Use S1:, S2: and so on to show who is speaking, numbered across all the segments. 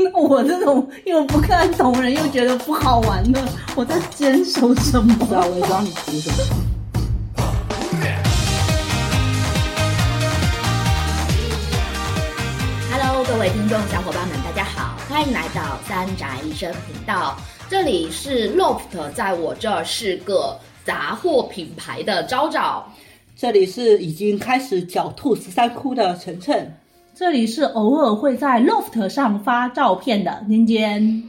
S1: 我这种又不看同人又觉得不好玩的，我在坚守什么？
S2: 不知道，我也不知道你急什么。
S3: Hello，各位听众小伙伴们，大家好，欢迎来到三宅一生频道。这里是 Loft，在我这儿是个杂货品牌的招招。
S2: 这里是已经开始狡兔十三窟的晨晨，
S1: 这里是偶尔会在 Loft 上发照片的尖尖。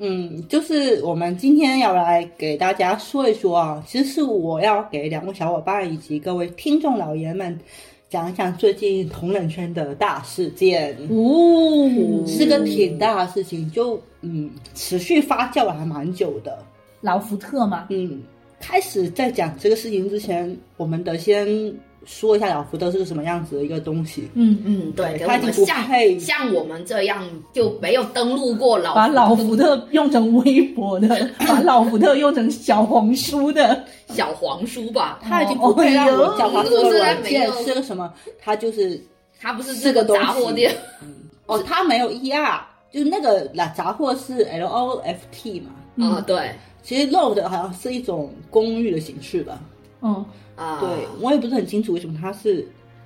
S2: 嗯，就是我们今天要来给大家说一说啊，其实是我要给两位小伙伴以及各位听众老爷们讲一讲最近同人圈的大事件，
S3: 嗯
S1: 哦，
S2: 是个挺大的事情，就嗯持续发酵了还蛮久的。
S1: 老福特嘛，
S2: 嗯，开始在讲这个事情之前，我们得先说一下老福特是个什么样子的一个东西。
S1: 嗯，
S3: 嗯，对，
S2: 对
S3: 给我
S2: 他已
S3: 们
S2: 经不配
S3: 像像我们这样就没有登录过老
S1: 把老福特用成微博的，把老福特用成小红书的，
S3: 小黄书吧，
S2: 他已经不配让我叫他
S3: 哦
S2: 是个软
S3: 哎
S2: 件
S3: 呦，
S2: 是个什么？他就是
S3: 它不是
S2: 是
S3: 这
S2: 个
S3: 个
S2: 东西
S3: 杂货店，
S2: 哦，他没有 ER，就是那个杂杂货是 LOFT 嘛。
S1: 嗯
S3: 啊，对，
S2: 其实 LOFT 好像是一种公寓的形式吧。
S1: 嗯，
S3: 啊，
S2: 对，我也不是很清楚为什么它是，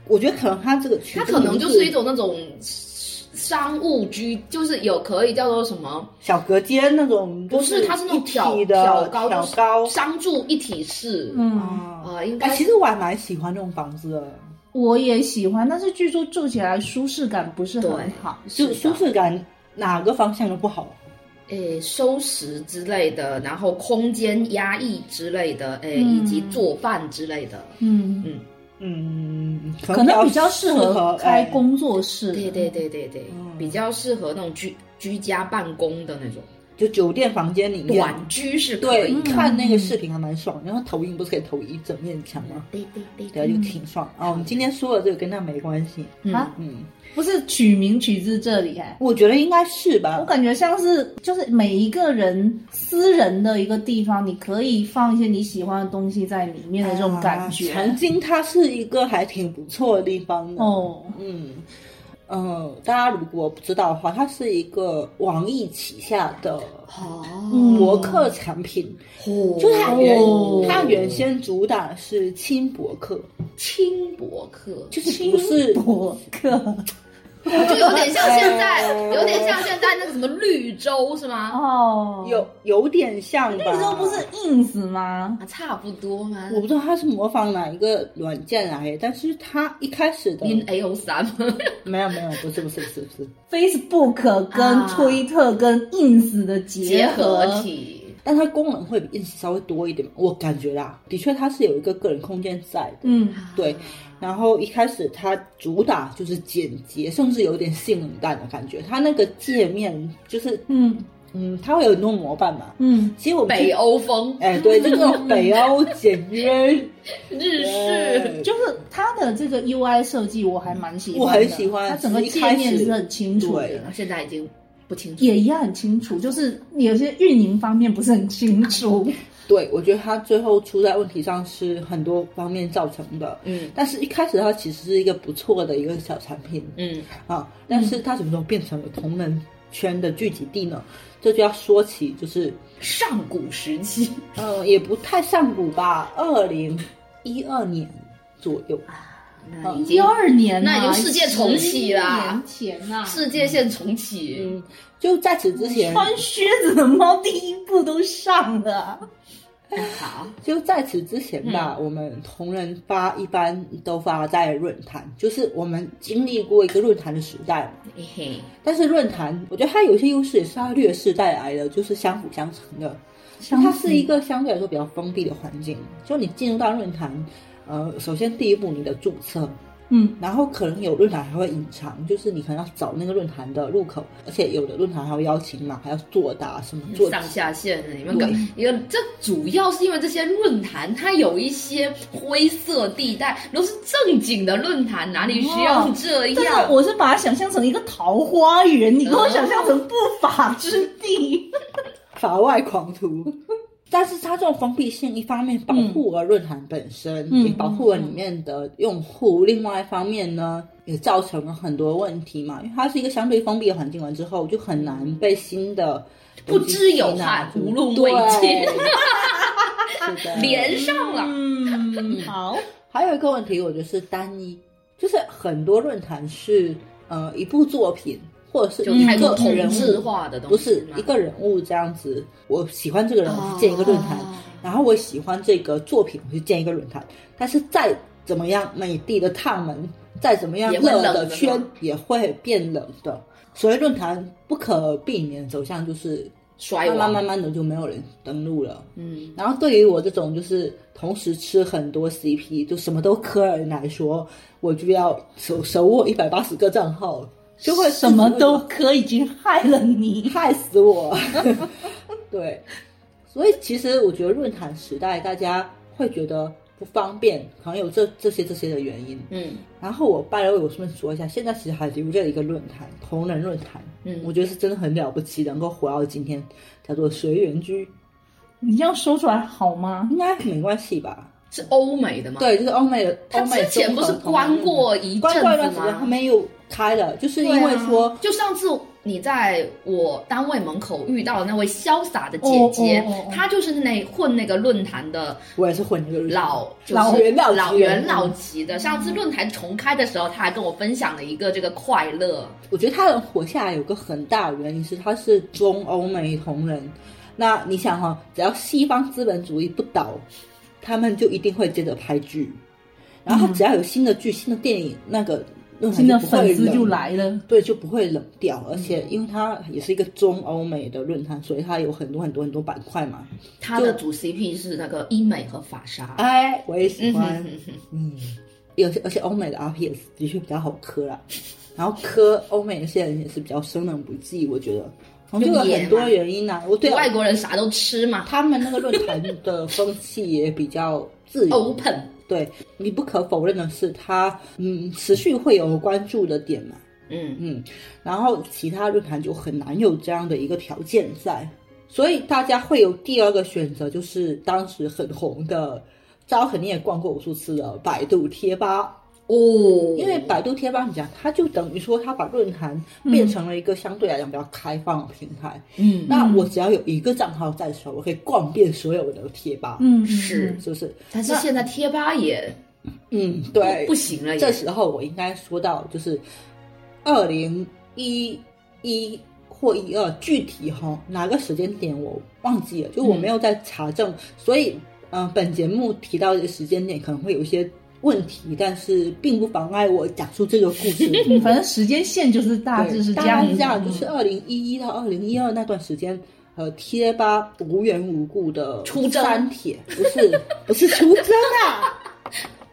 S2: 我觉得可能它这个取
S3: 它
S2: 这
S3: 可
S2: 个
S3: 能
S2: 名
S3: 就
S2: 字
S3: 是一种那种商务居，就是有可以叫做什么？
S2: 小隔间那种，就
S3: 不是，它是那
S2: 一
S3: 种挑
S2: 体
S3: 挑
S2: 的
S3: 高
S2: 挑
S3: 就是
S2: 高。
S3: 商住一体式。
S1: 嗯
S2: 啊
S3: 啊，应
S2: 哎，
S3: 该
S2: 其实我还蛮喜欢这种房子的，
S1: 我也喜欢，但是据说住起来舒适感不是很好。
S2: 就是舒
S3: 的
S2: 适感哪个方向都不好。
S3: 诶收拾之类的，然后空间压抑之类的，诶，
S1: 嗯
S3: 以及做饭之类的。
S1: 嗯，
S2: 嗯，
S1: 可能比较适合开
S2: 哎
S1: 工作室。
S3: 对对对对对，
S2: 嗯
S3: 比较适合那种居居家办公的那种
S2: 就酒店房间里面
S3: 短居是可
S2: 对嗯
S3: 以，的。
S2: 看那个视频还蛮爽，然后投影不是可以投一整面墙吗？
S3: 对对对
S2: 对啊，就挺爽啊。我们今天说的这个跟那没关系，
S3: 嗯
S1: 啊，
S2: 嗯，
S1: 不是取名取自这里哎、
S2: 我觉得应该是吧
S1: 我。感觉像是就是每一个人私人的一个地方，你可以放一些你喜欢的东西在里面的这种感觉。
S2: 啊曾经它是一个还挺不错的地方的。
S1: 哦，
S2: 嗯，呃，大家如果不知道的话，它是一个网易旗下的
S3: 哦，
S2: 博客产品，嗯就是它原、
S1: 哦
S2: 它原先主打的是轻博客，
S3: 轻薄客，
S2: 就是不是
S1: 博客
S3: 就有点像现在，
S2: 哎
S3: 有点像现在那个什么绿洲是吗？
S1: 哦，
S2: 有有点像吧？
S1: 那时候不是 ins 吗？
S3: 啊，差不多吗？
S1: 嗯
S2: 我不知道他是模仿哪一个软件来的，但是他一开始的
S3: 您 A O 三
S2: 没有没有，不是不是不是不是，
S1: Facebook 跟
S3: 啊
S1: 推特跟 ins 的
S3: 结
S1: 结
S3: 合体，
S2: 但它功能会比 ins 稍微多一点，我感觉啦，的确它是有一个个人空间在的，
S1: 嗯，
S2: 对。然后一开始它主打就是简洁，甚至有点性冷淡的感觉。它那个界面就是，
S1: 嗯
S2: 嗯，它会有很多模板嘛。
S1: 嗯，
S2: 其实我们
S3: 北，欧风、
S2: 哎，对，就这种北欧简约，
S3: 日
S2: 哎
S3: 式，
S1: 就是它的这个 UI 设计我还蛮喜欢的，
S2: 我很喜欢
S1: 它整个
S2: 一
S1: 界
S2: 开
S1: 面
S2: 始
S1: 是很清楚
S2: 对
S1: 的。
S3: 现在已经不清楚。
S1: 也一样很清楚，就是有些运营方面不是很清楚。
S2: 对我觉得它最后出在问题上是很多方面造成的。
S3: 嗯
S2: 但是一开始它其实是一个不错的一个小产品
S3: 嗯，
S2: 啊，但是它什么时候变成了同人圈的聚集地呢？这就要说起，就是
S3: 上古时期
S2: 呃，也不太上古吧，二零一二年左右，
S3: 那 已
S1: 一
S3: 经
S1: 二年、啊，
S3: 那已经世界重启啦
S1: 11年前啊呐、
S3: 世界线重启，
S2: 嗯，就在此之前，
S1: 穿靴子的猫第一步都上了啊，
S3: 嗯好，
S2: 就在此之前吧，我们同人发一般都发在论坛，就是我们经历过一个论坛的时代嘛。
S3: 嘿嘿，
S2: 但是论坛，我觉得它有一些优势也是它劣势带来的，就是相辅相成的。它是一个相对来说比较封闭的环境，就你进入到论坛，呃，首先第一步你的注册，
S1: 嗯
S2: 然后可能有论坛还会隐藏，就是你可能要找那个论坛的入口，而且有的论坛还会邀请码，还要作答什么作答
S3: 上下线，你们搞一个，这主要是因为这些论坛它有一些灰色地带，都是正经的论坛，哪里需要这
S1: 但
S3: 样？嗯
S1: 是我是把它想象成一个桃花源，你给我想象成不法之地。
S2: 法外狂徒。但是它这种封闭性，一方面保护了论坛本身，
S1: 嗯
S2: 也保护了里面的用户；另外一方面呢，也造成了很多问题嘛，因为它是一个相对封闭的环境完之后，就很难被新的
S3: 不知有害
S2: 东西
S3: 无论未尽
S2: 对是的
S3: 连上了。
S1: 嗯，好，
S2: 还有一个问题，我觉得是单一，就是很多论坛是呃一部作品或者是
S3: 就
S2: 一
S3: 太多
S2: 个
S3: 同
S2: 人
S3: 质
S2: 物，
S3: 化的东西，
S2: 不是
S3: 吗
S2: 一个人物这样子。我喜欢这个人，我去建一个论坛；
S3: 哦
S2: 然后我喜欢这个作品，我去建一个论坛。但是再怎么样美的的烫门，再怎么样
S3: 也会
S2: 热
S3: 冷
S2: 的
S3: 的
S2: 圈
S3: 吗
S2: 也会变冷的。所谓论坛不可避免走向就是
S3: 衰
S2: 慢慢
S3: 亡，
S2: 慢慢的就没有人登录了。
S3: 嗯，
S2: 然后对于我这种就是同时吃很多 CP，就什么都磕的人来说，我就要手手握一百八十个账号，就会
S1: 什么都可已经害了你。
S2: 害死我。 对，所以其实我觉得论坛时代大家会觉得不方便，可能有这这些这些的原因。
S3: 嗯
S2: 然后我拜了我顺便说一下，现在其实还留着一个论坛，同人论坛，
S3: 嗯
S2: 我觉得是真的很了不起，能够活到今天，叫做随缘居，
S1: 你这样说出来好吗？
S2: 应该没关系吧？
S3: 是欧美的吗？，
S2: 对，就是欧美的。
S3: 嗯他
S2: 欧美
S3: 之前
S2: 哦中
S3: 不是
S2: 国同
S3: 关
S2: 行
S3: 过一阵
S2: 关
S3: 子
S2: 过一段时间，他
S3: 吗？
S2: 们又开了，就是因
S3: 对啊
S2: 为说，
S3: 就上次你在我单位门口遇到的那位潇洒的姐姐
S1: 哦哦哦，哦
S3: 她就是那混那个论坛的
S2: 我也是混这个日子
S3: 老就是
S2: 老元老级嗯
S3: 老
S2: 的
S3: 元老级的。上次论坛重开的时候，他还跟我分享了一个这个快乐，
S2: 我觉得他能活下来有个很大的原因是他是中欧美同人。那你想哈、只要西方资本主义不倒，他们就一定会接着拍剧，然后只要有新的剧、新的电影，那个论坛
S1: 嗯新
S2: 就
S1: 的
S2: 不会
S1: 粉丝
S2: 冷
S1: 就来嗯了。
S3: 嗯
S2: 对，就不会冷掉。而且因为它也是一个中欧美的论坛，所以它有很多很多很多板块嘛。
S3: 他的主 CP 是那个英美和法沙。
S2: 哎，我也喜
S3: 嗯
S2: 欢
S3: 哼。哼哼
S2: 嗯，有些而且欧美的 RPS 的确比较好磕啦，然后磕欧美那些人也是比较生冷不忌，我觉得，然后就有很多原因呐、我对啊
S3: 外国人啥都吃嘛
S2: 他们那个论坛的风气也比较自由。
S3: ，open，
S2: 对你不可否认的是他，嗯持续会有关注的点嘛，
S3: 嗯。
S2: 嗯，然后其他论坛就很难有这样的一个条件在，所以大家会有第二个选择，就是当时很红的，招肯定也逛过无数次的百度贴吧。
S3: 哦，
S2: 因为百度贴吧，你讲，它就等于说，它把论坛变成了一个相对来讲比较开放的平台。
S3: 嗯，
S2: 那我只要有一个账号在手，我可以逛遍所有的贴吧，
S1: 嗯，
S3: 是
S2: 是不是？
S3: 但是现在贴吧也
S2: 嗯，对，
S3: 不行了也，
S2: 这时候我应该说到，就是二零一一或一二，具体哈哪个时间点我忘记了，就我没有在查证，所以嗯、呃本节目提到的时间点可能会有一些问题，但是并不妨碍我讲述这个故事。
S1: 嗯反正时间线就是大致是这
S2: 大
S1: 样
S2: 概
S1: 子，
S2: 是这样，就是二零一一到二零一二那段时间。呃，贴吧无缘无故的
S3: 出征
S2: 删帖，不是不是出征啊，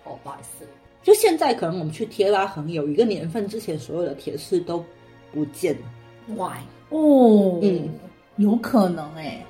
S3: 哦，不好意思，
S2: 就现在，可能我们去贴吧，可能有一个年份之前所有的铁市都不见了，
S3: why？
S1: 哦，
S2: 嗯，
S1: 有可能哎，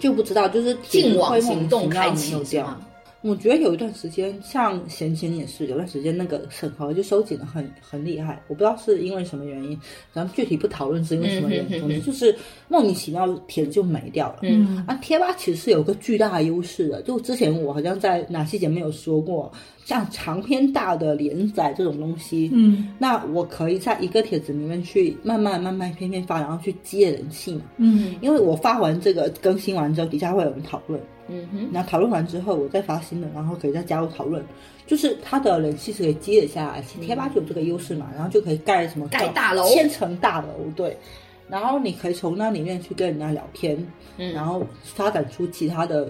S2: 就不知道就是铁
S3: 净
S2: 市
S3: 网
S2: 会莫
S3: 行
S2: 名
S3: 动
S2: 其妙
S3: 开
S2: 地
S3: 启
S2: 没有
S3: 是
S2: 掉。
S3: 吗？
S2: 我觉得有一段时间，像闲情也是，有段时间那个审核就收紧的很很厉害，我不知道是因为什么原因，咱们具体不讨论是因为什么原
S3: 嗯哼
S2: 因，
S3: 哼
S2: 总之就是莫名其妙铁就没掉了。
S3: 嗯
S2: 啊，贴吧其实是有个巨大的优势的。就之前我好像在哪期节目有说过，像长篇大的连载这种东西，
S1: 嗯
S2: 那我可以在一个帖子里面去慢慢慢慢偏偏发，然后去接人气嘛。
S1: 嗯
S2: 因为我发完这个更新完之后，底下会有人讨论，
S3: 嗯哼，
S2: 然后讨论完之后，我再发新的，然后可以再加入讨论，就是它的人气是可以积累下来。其实贴吧就有这个优势嘛，然后就可以盖什么
S3: 盖大楼
S2: 千层大楼，对。然后你可以从那里面去跟人家聊天，
S3: 嗯
S2: 然后发展出其他的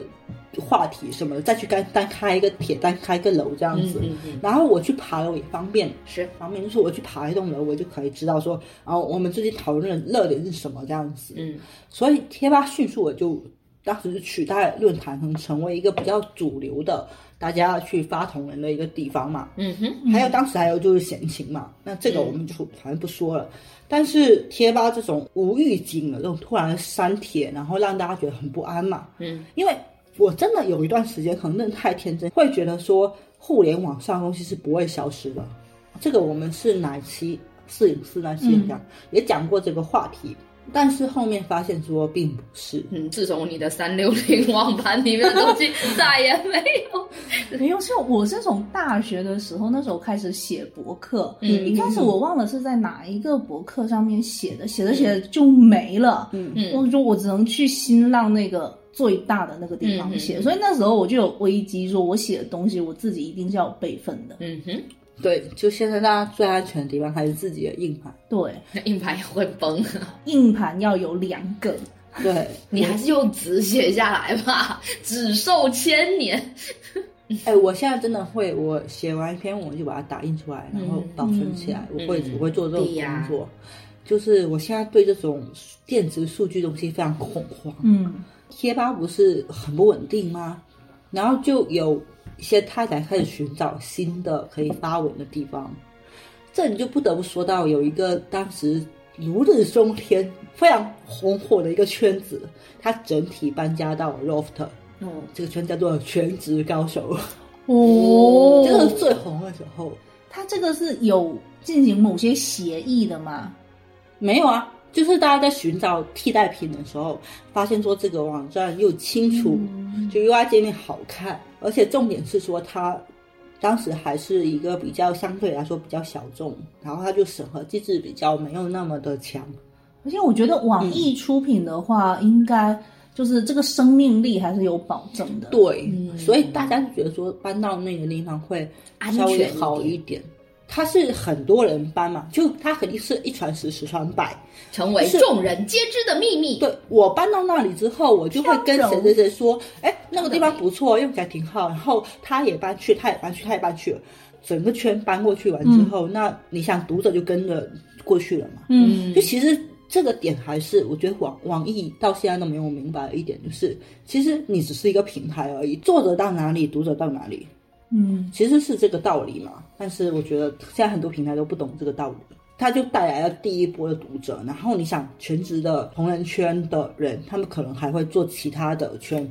S2: 话题什么的，再去单单开一个铁，单开一个楼这样子。
S3: 嗯嗯嗯
S2: 然后我去爬楼也方便，
S3: 是，
S2: 方面，就是我去爬一栋楼，我就可以知道说，啊，我们最近讨论的热点是什么这样子。
S3: 嗯
S2: 所以贴吧迅速我就当时就取代论坛，可能成为一个比较主流的大家去发同人的一个地方嘛。
S3: 嗯哼，
S2: 还有当时还有就是闲情嘛，那这个我们就反正不说了。但是贴吧这种无预警的这种突然删帖，然后让大家觉得很不安嘛，
S3: 嗯，
S2: 因为我真的有一段时间可能真的太天真，会觉得说互联网上的东西是不会消失的。这个我们是哪一期四零四那期讲、也讲过这个话题，但是后面发现说并不是，
S3: 嗯，自从你的三六 零网盘里面的东西再也没有，
S1: 没有，是我是从大学的时候，那时候开始写博客，
S3: 嗯
S1: 一开始我忘了是在哪一个博客上面写的，写着写着就没了，
S2: 嗯
S3: 嗯
S1: 我就我只能去新浪那个最大的那个地
S3: 嗯
S1: 方
S3: 嗯
S1: 写，所以那时候我就有危机，说我写的东西我自己一定是要有备份的，
S3: 嗯哼，
S2: 对，就现在大家最安全的地方还是自己的硬盘。
S1: 对，
S3: 硬盘也会崩，啊
S1: 硬盘要有两个，
S2: 对，
S3: 你还是用纸写下来吧，纸寿千年。
S2: 哎，我现在真的会，我写完一篇文就把它打印出来，然后保存起来。
S3: 嗯
S2: 我会，
S3: 嗯
S2: 我会做这种
S3: 对呀
S2: 工作。就是我现在对这种电子数据东西非常恐慌。
S1: 嗯
S2: 贴吧不是很不稳定吗？然后就有一些太太开始寻找新的可以发文的地方。这你就不得不说到有一个当时如日中天、非常红火的一个圈子，它整体搬家到 Loft
S3: 哦，
S2: 这个圈叫做全职高手，
S1: 哦
S2: 这个是最红的时候。
S1: 他这个是有进行某些协议的嘛？
S2: 没有啊，就是大家在寻找替代品的时候，发现说这个网站又清楚，
S1: 嗯
S2: 就 UI 界面好看，而且重点是说它当时还是一个比较相对来说比较小众，然后它就审核机制比较没有那么的强。
S1: 而且我觉得网易出品的话，应该就是这个生命力还是有保证的。，
S2: 对，
S3: 嗯
S2: 所以大家就觉得说搬到那个地方会
S3: 安
S2: 稍微
S3: 全一
S2: 好
S3: 点
S2: 一点。它是很多人搬嘛，就它肯定是一传十，十传百，
S3: 成为
S2: 是
S3: 众人皆知的秘密。
S2: 对我搬到那里之后，我就会跟谁谁谁说，哎，那个地方不错，用起来挺好。然后他也搬去，他也搬去，他也搬去了，整个圈搬过去完之后，那你想读者就跟着过去了嘛？
S1: 嗯，
S2: 就其实这个点还是我觉得网网易到现在都没有明白的一点，就是其实你只是一个平台而已，作者到哪里，读者到哪里，
S1: 嗯，
S2: 其实是这个道理嘛。但是我觉得现在很多平台都不懂这个道理，它就带来了第一波的读者。然后你想，全职的同人圈的人，他们可能还会做其他的圈，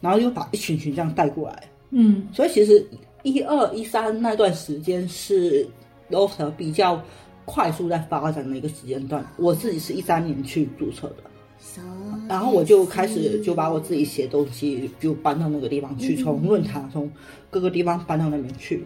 S2: 然后又把一群群这样带过来。
S1: 嗯，
S2: 所以其实一二一三那段时间是 Loft 比较快速在发展的一个时间段。我自己是一三年去注册的。然后我就开始就把我自己写东西就搬到那个地方去，从论坛从各个地方搬到那边去。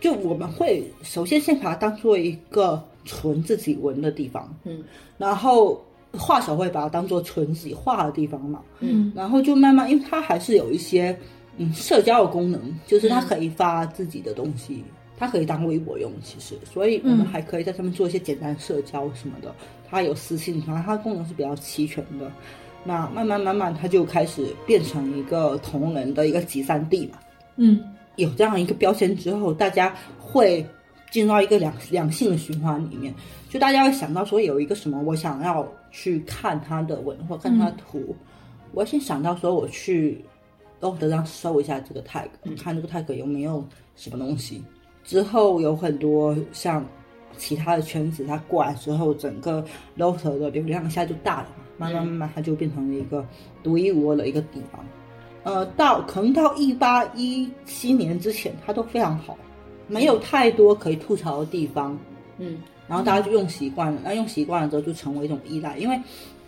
S2: 就我们会首先先把它当做一个纯自己文的地方，
S3: 嗯，
S2: 然后画手会把它当做纯自己画的地方嘛，
S1: 嗯，
S2: 然后就慢慢，因为它还是有一些嗯社交的功能，就是它
S3: 嗯
S2: 可以发自己的东西，它可以当微博用，其实，所以我们
S1: 嗯
S2: 还可以在上面做一些简单的社交什么的。它有私信，反正它的功能是比较齐全的。那慢慢慢慢，它就开始变成一个同人的一个集散地嘛。
S1: 嗯，
S2: 有这样一个标签之后，大家会进入到一个良良性的循环里面，就大家会想到说有一个什么，我想要去看他的文或看他的图，我先想到说我去 o f 上搜一下这个 tag，、看这个 tag 有没有什么东西。之后有很多像其他的圈子，它过来之后，整个 Loft 的流量一下就大了嘛，慢慢慢慢它就变成了一个独一无二的一个地方。呃，到可能到一八一七年之前，它都非常好，没有太多可以吐槽的地方，
S3: 嗯
S2: 然后大家就用习惯了，那用习惯了之后就成为一种依赖，因为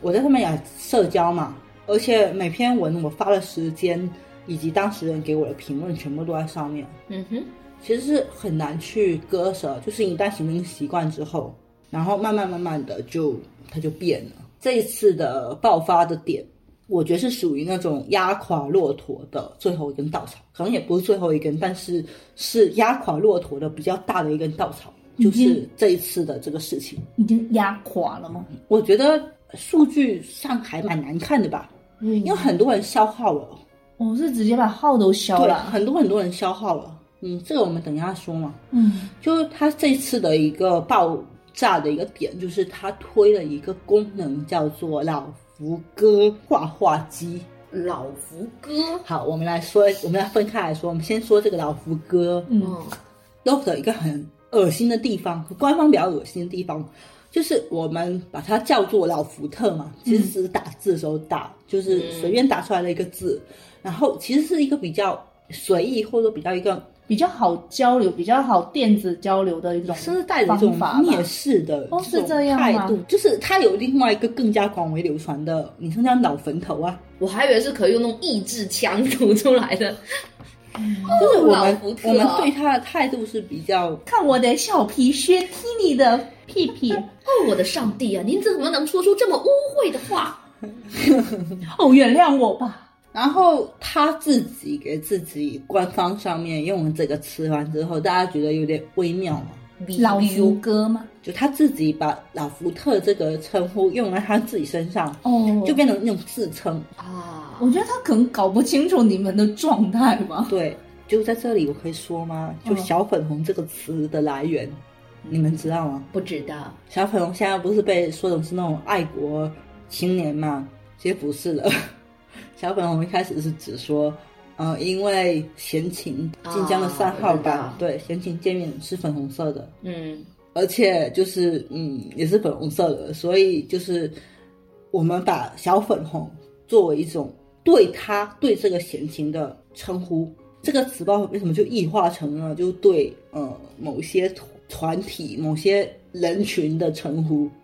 S2: 我在上面也社交嘛，而且每篇文我发的时间以及当事人给我的评论全部都在上面，
S3: 嗯哼，
S2: 其实是很难去割舍，就是一旦形成习惯之后，然后慢慢慢慢的就它就变了。这一次的爆发的点，我觉得是属于那种压垮骆驼的最后一根稻草，可能也不是最后一根，但是是压垮骆驼的比较大的一根稻草，就
S1: 已
S2: 是
S1: 经
S2: 这一次的这个事情。
S1: 已经压垮了吗？
S2: 我觉得数据上还蛮难看的吧，
S1: 因
S2: 因为很多人消耗了，
S1: 我哦是直接把号都消
S2: 对，
S1: 了。
S2: 很多很多人消耗了。嗯，这个我们等一下说嘛。
S1: 嗯
S2: 就是它这次的一个爆炸的一个点，就是它推了一个功能叫做老福哥画画机。
S3: 老福哥，
S2: 好，我们来说，我们来分开来说，我们先说这个老福哥
S1: 嗯
S3: 嗯
S2: Loft 的一个很恶心的地方，官方比较恶心的地方。就是我们把它叫做老福特嘛，其实只是打字的时候打，就是随便打出来的一个字，然后其实是一个比较随意或者说比较一个
S1: 比较好交流、比较好电子交流的一种
S2: 甚至带着一种
S1: 方法吧
S2: 蔑视的
S1: 哦是
S2: 种
S1: 这样
S2: 态
S1: 吗
S2: 度，就是它有另外一个更加广为流传的，你称叫脑坟头啊，
S3: 我还以为是可以用那种意志枪吐出来的，
S1: 哦
S2: 就是我
S3: 老
S2: 们
S3: 福
S1: 啊
S3: 特
S2: 我们对它的态度是比较
S1: 看我的小皮靴，踢你的屁屁。
S3: 哦，我的上帝啊！您怎么能说出这么污秽的话？
S1: 哦，原谅我吧。
S2: 然后他自己给自己官方上面用了这个词完之后，大家觉得有点微妙嘛？
S1: 老福
S3: 牛
S1: 哥吗？
S2: 就他自己把老福特这个称呼用在他自己身上，
S1: 哦，
S2: 就变成那种自称。
S3: 啊！
S1: 我觉得他可能搞不清楚你们的状态吧。
S2: 对，就在这里我可以说吗？就
S1: 嗯
S2: 小粉红这个词的来源，你们知道吗？
S3: 不知道，
S2: 小粉红现在不是被说成是那种爱国青年嘛？其实不是了， 小粉红一开始是指说，呃，因为闲情
S3: 啊
S2: 晋江的三号
S3: 我知
S2: 馆、
S3: 道
S2: 对闲情街面是粉红色的，
S3: 嗯，
S2: 而且就是嗯也是粉红色的，所以就是我们把小粉红作为一种对他对这个闲情的称呼，这个词包为什么就异化成了就对呃某些团团体、某些人群的称呼。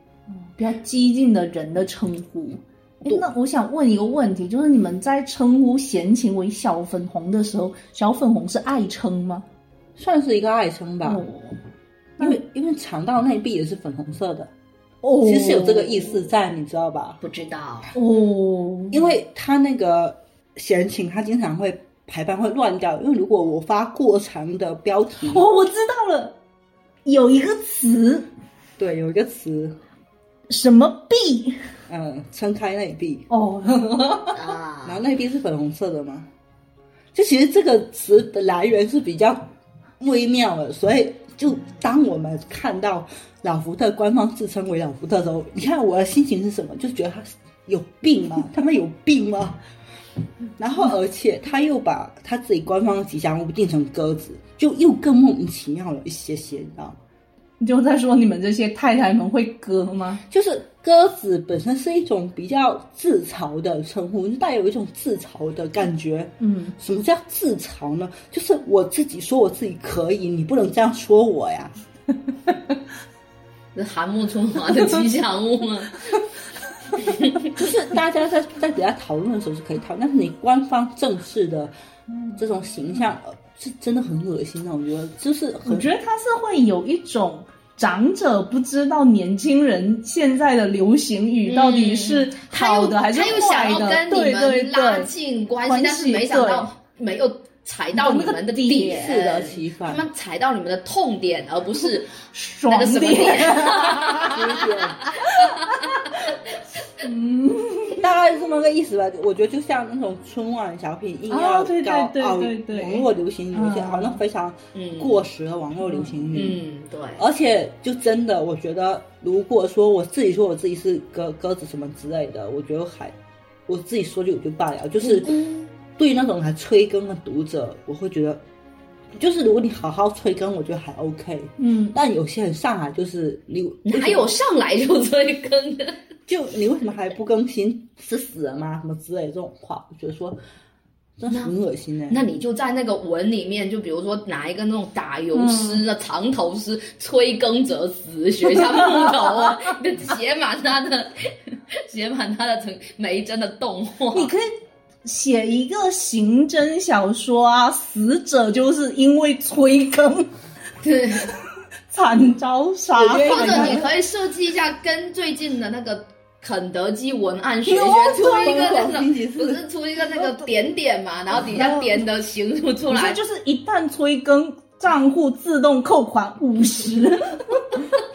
S1: 比较激进的人的称呼。诶那我想问一个问题，就是你们在称呼闲情为小粉红的时候，小粉红是爱称吗？
S2: 算是一个爱称吧，
S1: 哦
S2: 因为因为肠道内壁也是粉红色的，
S1: 哦
S2: 其实有这个意思在，你知道吧？
S3: 不知道。
S1: 哦，
S2: 因为他那个闲情，他经常会排版会乱掉，因为如果我发过长的标题，
S1: 哦，我知道了，有一个词
S2: 对，有一个词，
S1: 什么币
S2: 嗯，撑开内壁，
S1: 哦，
S2: 然
S3: 啊
S2: 后，内壁是粉红色的嘛，就其实这个词的来源是比较微妙的，所以就当我们看到老福特官方自称为老福特的时候，你看我的心情是什么？就觉得他有病吗？他们有病吗？然后，而且他又把他自己官方的吉祥物定成鸽子，就又更莫名其妙了一些些，你知道吗？
S1: 你就在说你们这些太太们会割吗？
S2: 就是鸽子本身是一种比较自嘲的称呼，就带有一种自嘲的感觉。
S1: 嗯，
S2: 什么叫自嘲呢？就是我自己说我自己可以，你不能这样说我呀。
S3: 这韩木春华的吉祥物吗？
S2: 就是大家在在底下讨论的时候是可以讨论，但是你官方正式的这种形象，呃是真的很恶心的。我觉得就是
S1: 我
S2: 很
S1: 觉得他是会有一种长者不知道年轻人现在的流行语到底是
S3: 嗯他
S1: 好
S3: 又
S1: 的还是
S3: 他又想
S1: 坏
S3: 要
S1: 的，
S3: 跟你
S1: 对对
S3: 们拉
S1: 对。
S3: 近关系，
S1: 关系
S3: 但是没想到没有踩到你们的点，
S2: 适得其反
S3: 他，们踩到你们的痛点，而不是
S1: 爽
S3: 那个什么
S1: 点，
S2: 有一点
S1: 嗯
S2: 大概是这么个意思吧。我觉得就像那种春晚小品硬要
S1: 哦对
S2: 搞
S1: 对对
S2: 奥
S1: 对对
S2: 网络流行语，而且好像非常
S3: 嗯
S2: 过时的网络流行语。
S3: 嗯，对，
S1: 哦
S2: 而且就真的，我觉得如果说我自己说我自己是鸽鸽子什么之类的，我觉得还我自己说就也就罢了。就是
S1: 嗯
S2: 对于那种来催更的读者，我会觉得，就是如果你好好催更，我觉得还 OK。
S1: 嗯，
S2: 但有些人上来就是你
S3: 哪有上来就催更的？
S2: 就你为什么还不更新？是死了吗？什么之类的这种话，我觉得说真的很恶心呢、欸
S3: 那你就在那个文里面，就比如说拿一个那种打油诗啊、藏头诗，催更者死，雪下木头啊， 你就写满他的，写满他的成每一帧的动画。
S1: 你可以写一个刑侦小说啊，死者就是因为催更
S3: 对，
S1: 惨遭杀
S2: 我觉得
S1: 害
S3: 或者你
S1: 的。
S3: 可以设计一下，跟最近的那个肯德基文案学学
S1: 有啊
S3: 出一个那
S2: 疯狂星期
S3: 个，
S2: 四
S3: 不是出一个那个点点嘛，然后底下点的形数出
S1: 你说
S3: 来，
S1: 就是一旦催更，账户自动扣款五十。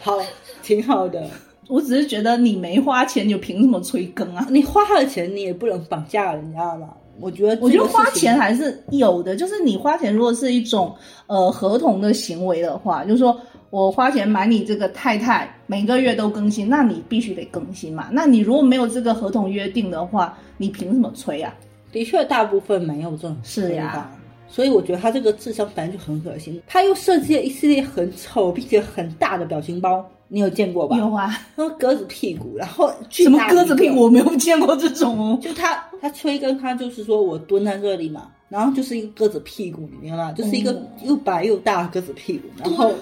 S2: 好，挺好的。
S1: 我只是觉得你没花钱，你凭什么催更啊？
S2: 你花了钱，你也不能绑架人家嘛。我觉得这个
S1: 我觉得花
S2: 事情
S1: 钱还是有的，就是你花钱如果是一种呃合同的行为的话，就是说我花钱买你这个太太，每个月都更新，那你必须得更新嘛。那你如果没有这个合同约定的话，你凭什么催啊？
S2: 的确大部分没有这种
S1: 是
S2: 想
S1: 呀
S2: 法所以我觉得他这个智商本来就很恶心，他又设计了一系列很丑并且很大的表情包，你有见过吧？
S1: 有啊，
S2: 那个鸽子屁股，然后巨
S1: 什么
S2: 大的
S1: 鸽
S2: 一
S1: 子
S2: 个
S1: 屁股，我没有见过这种哦。
S2: 就他他催更，他就是说我蹲在这里嘛，然后就是一个鸽子屁股，你明白吗？就是一个
S1: 哦
S2: 又白又大的鸽子屁股，然后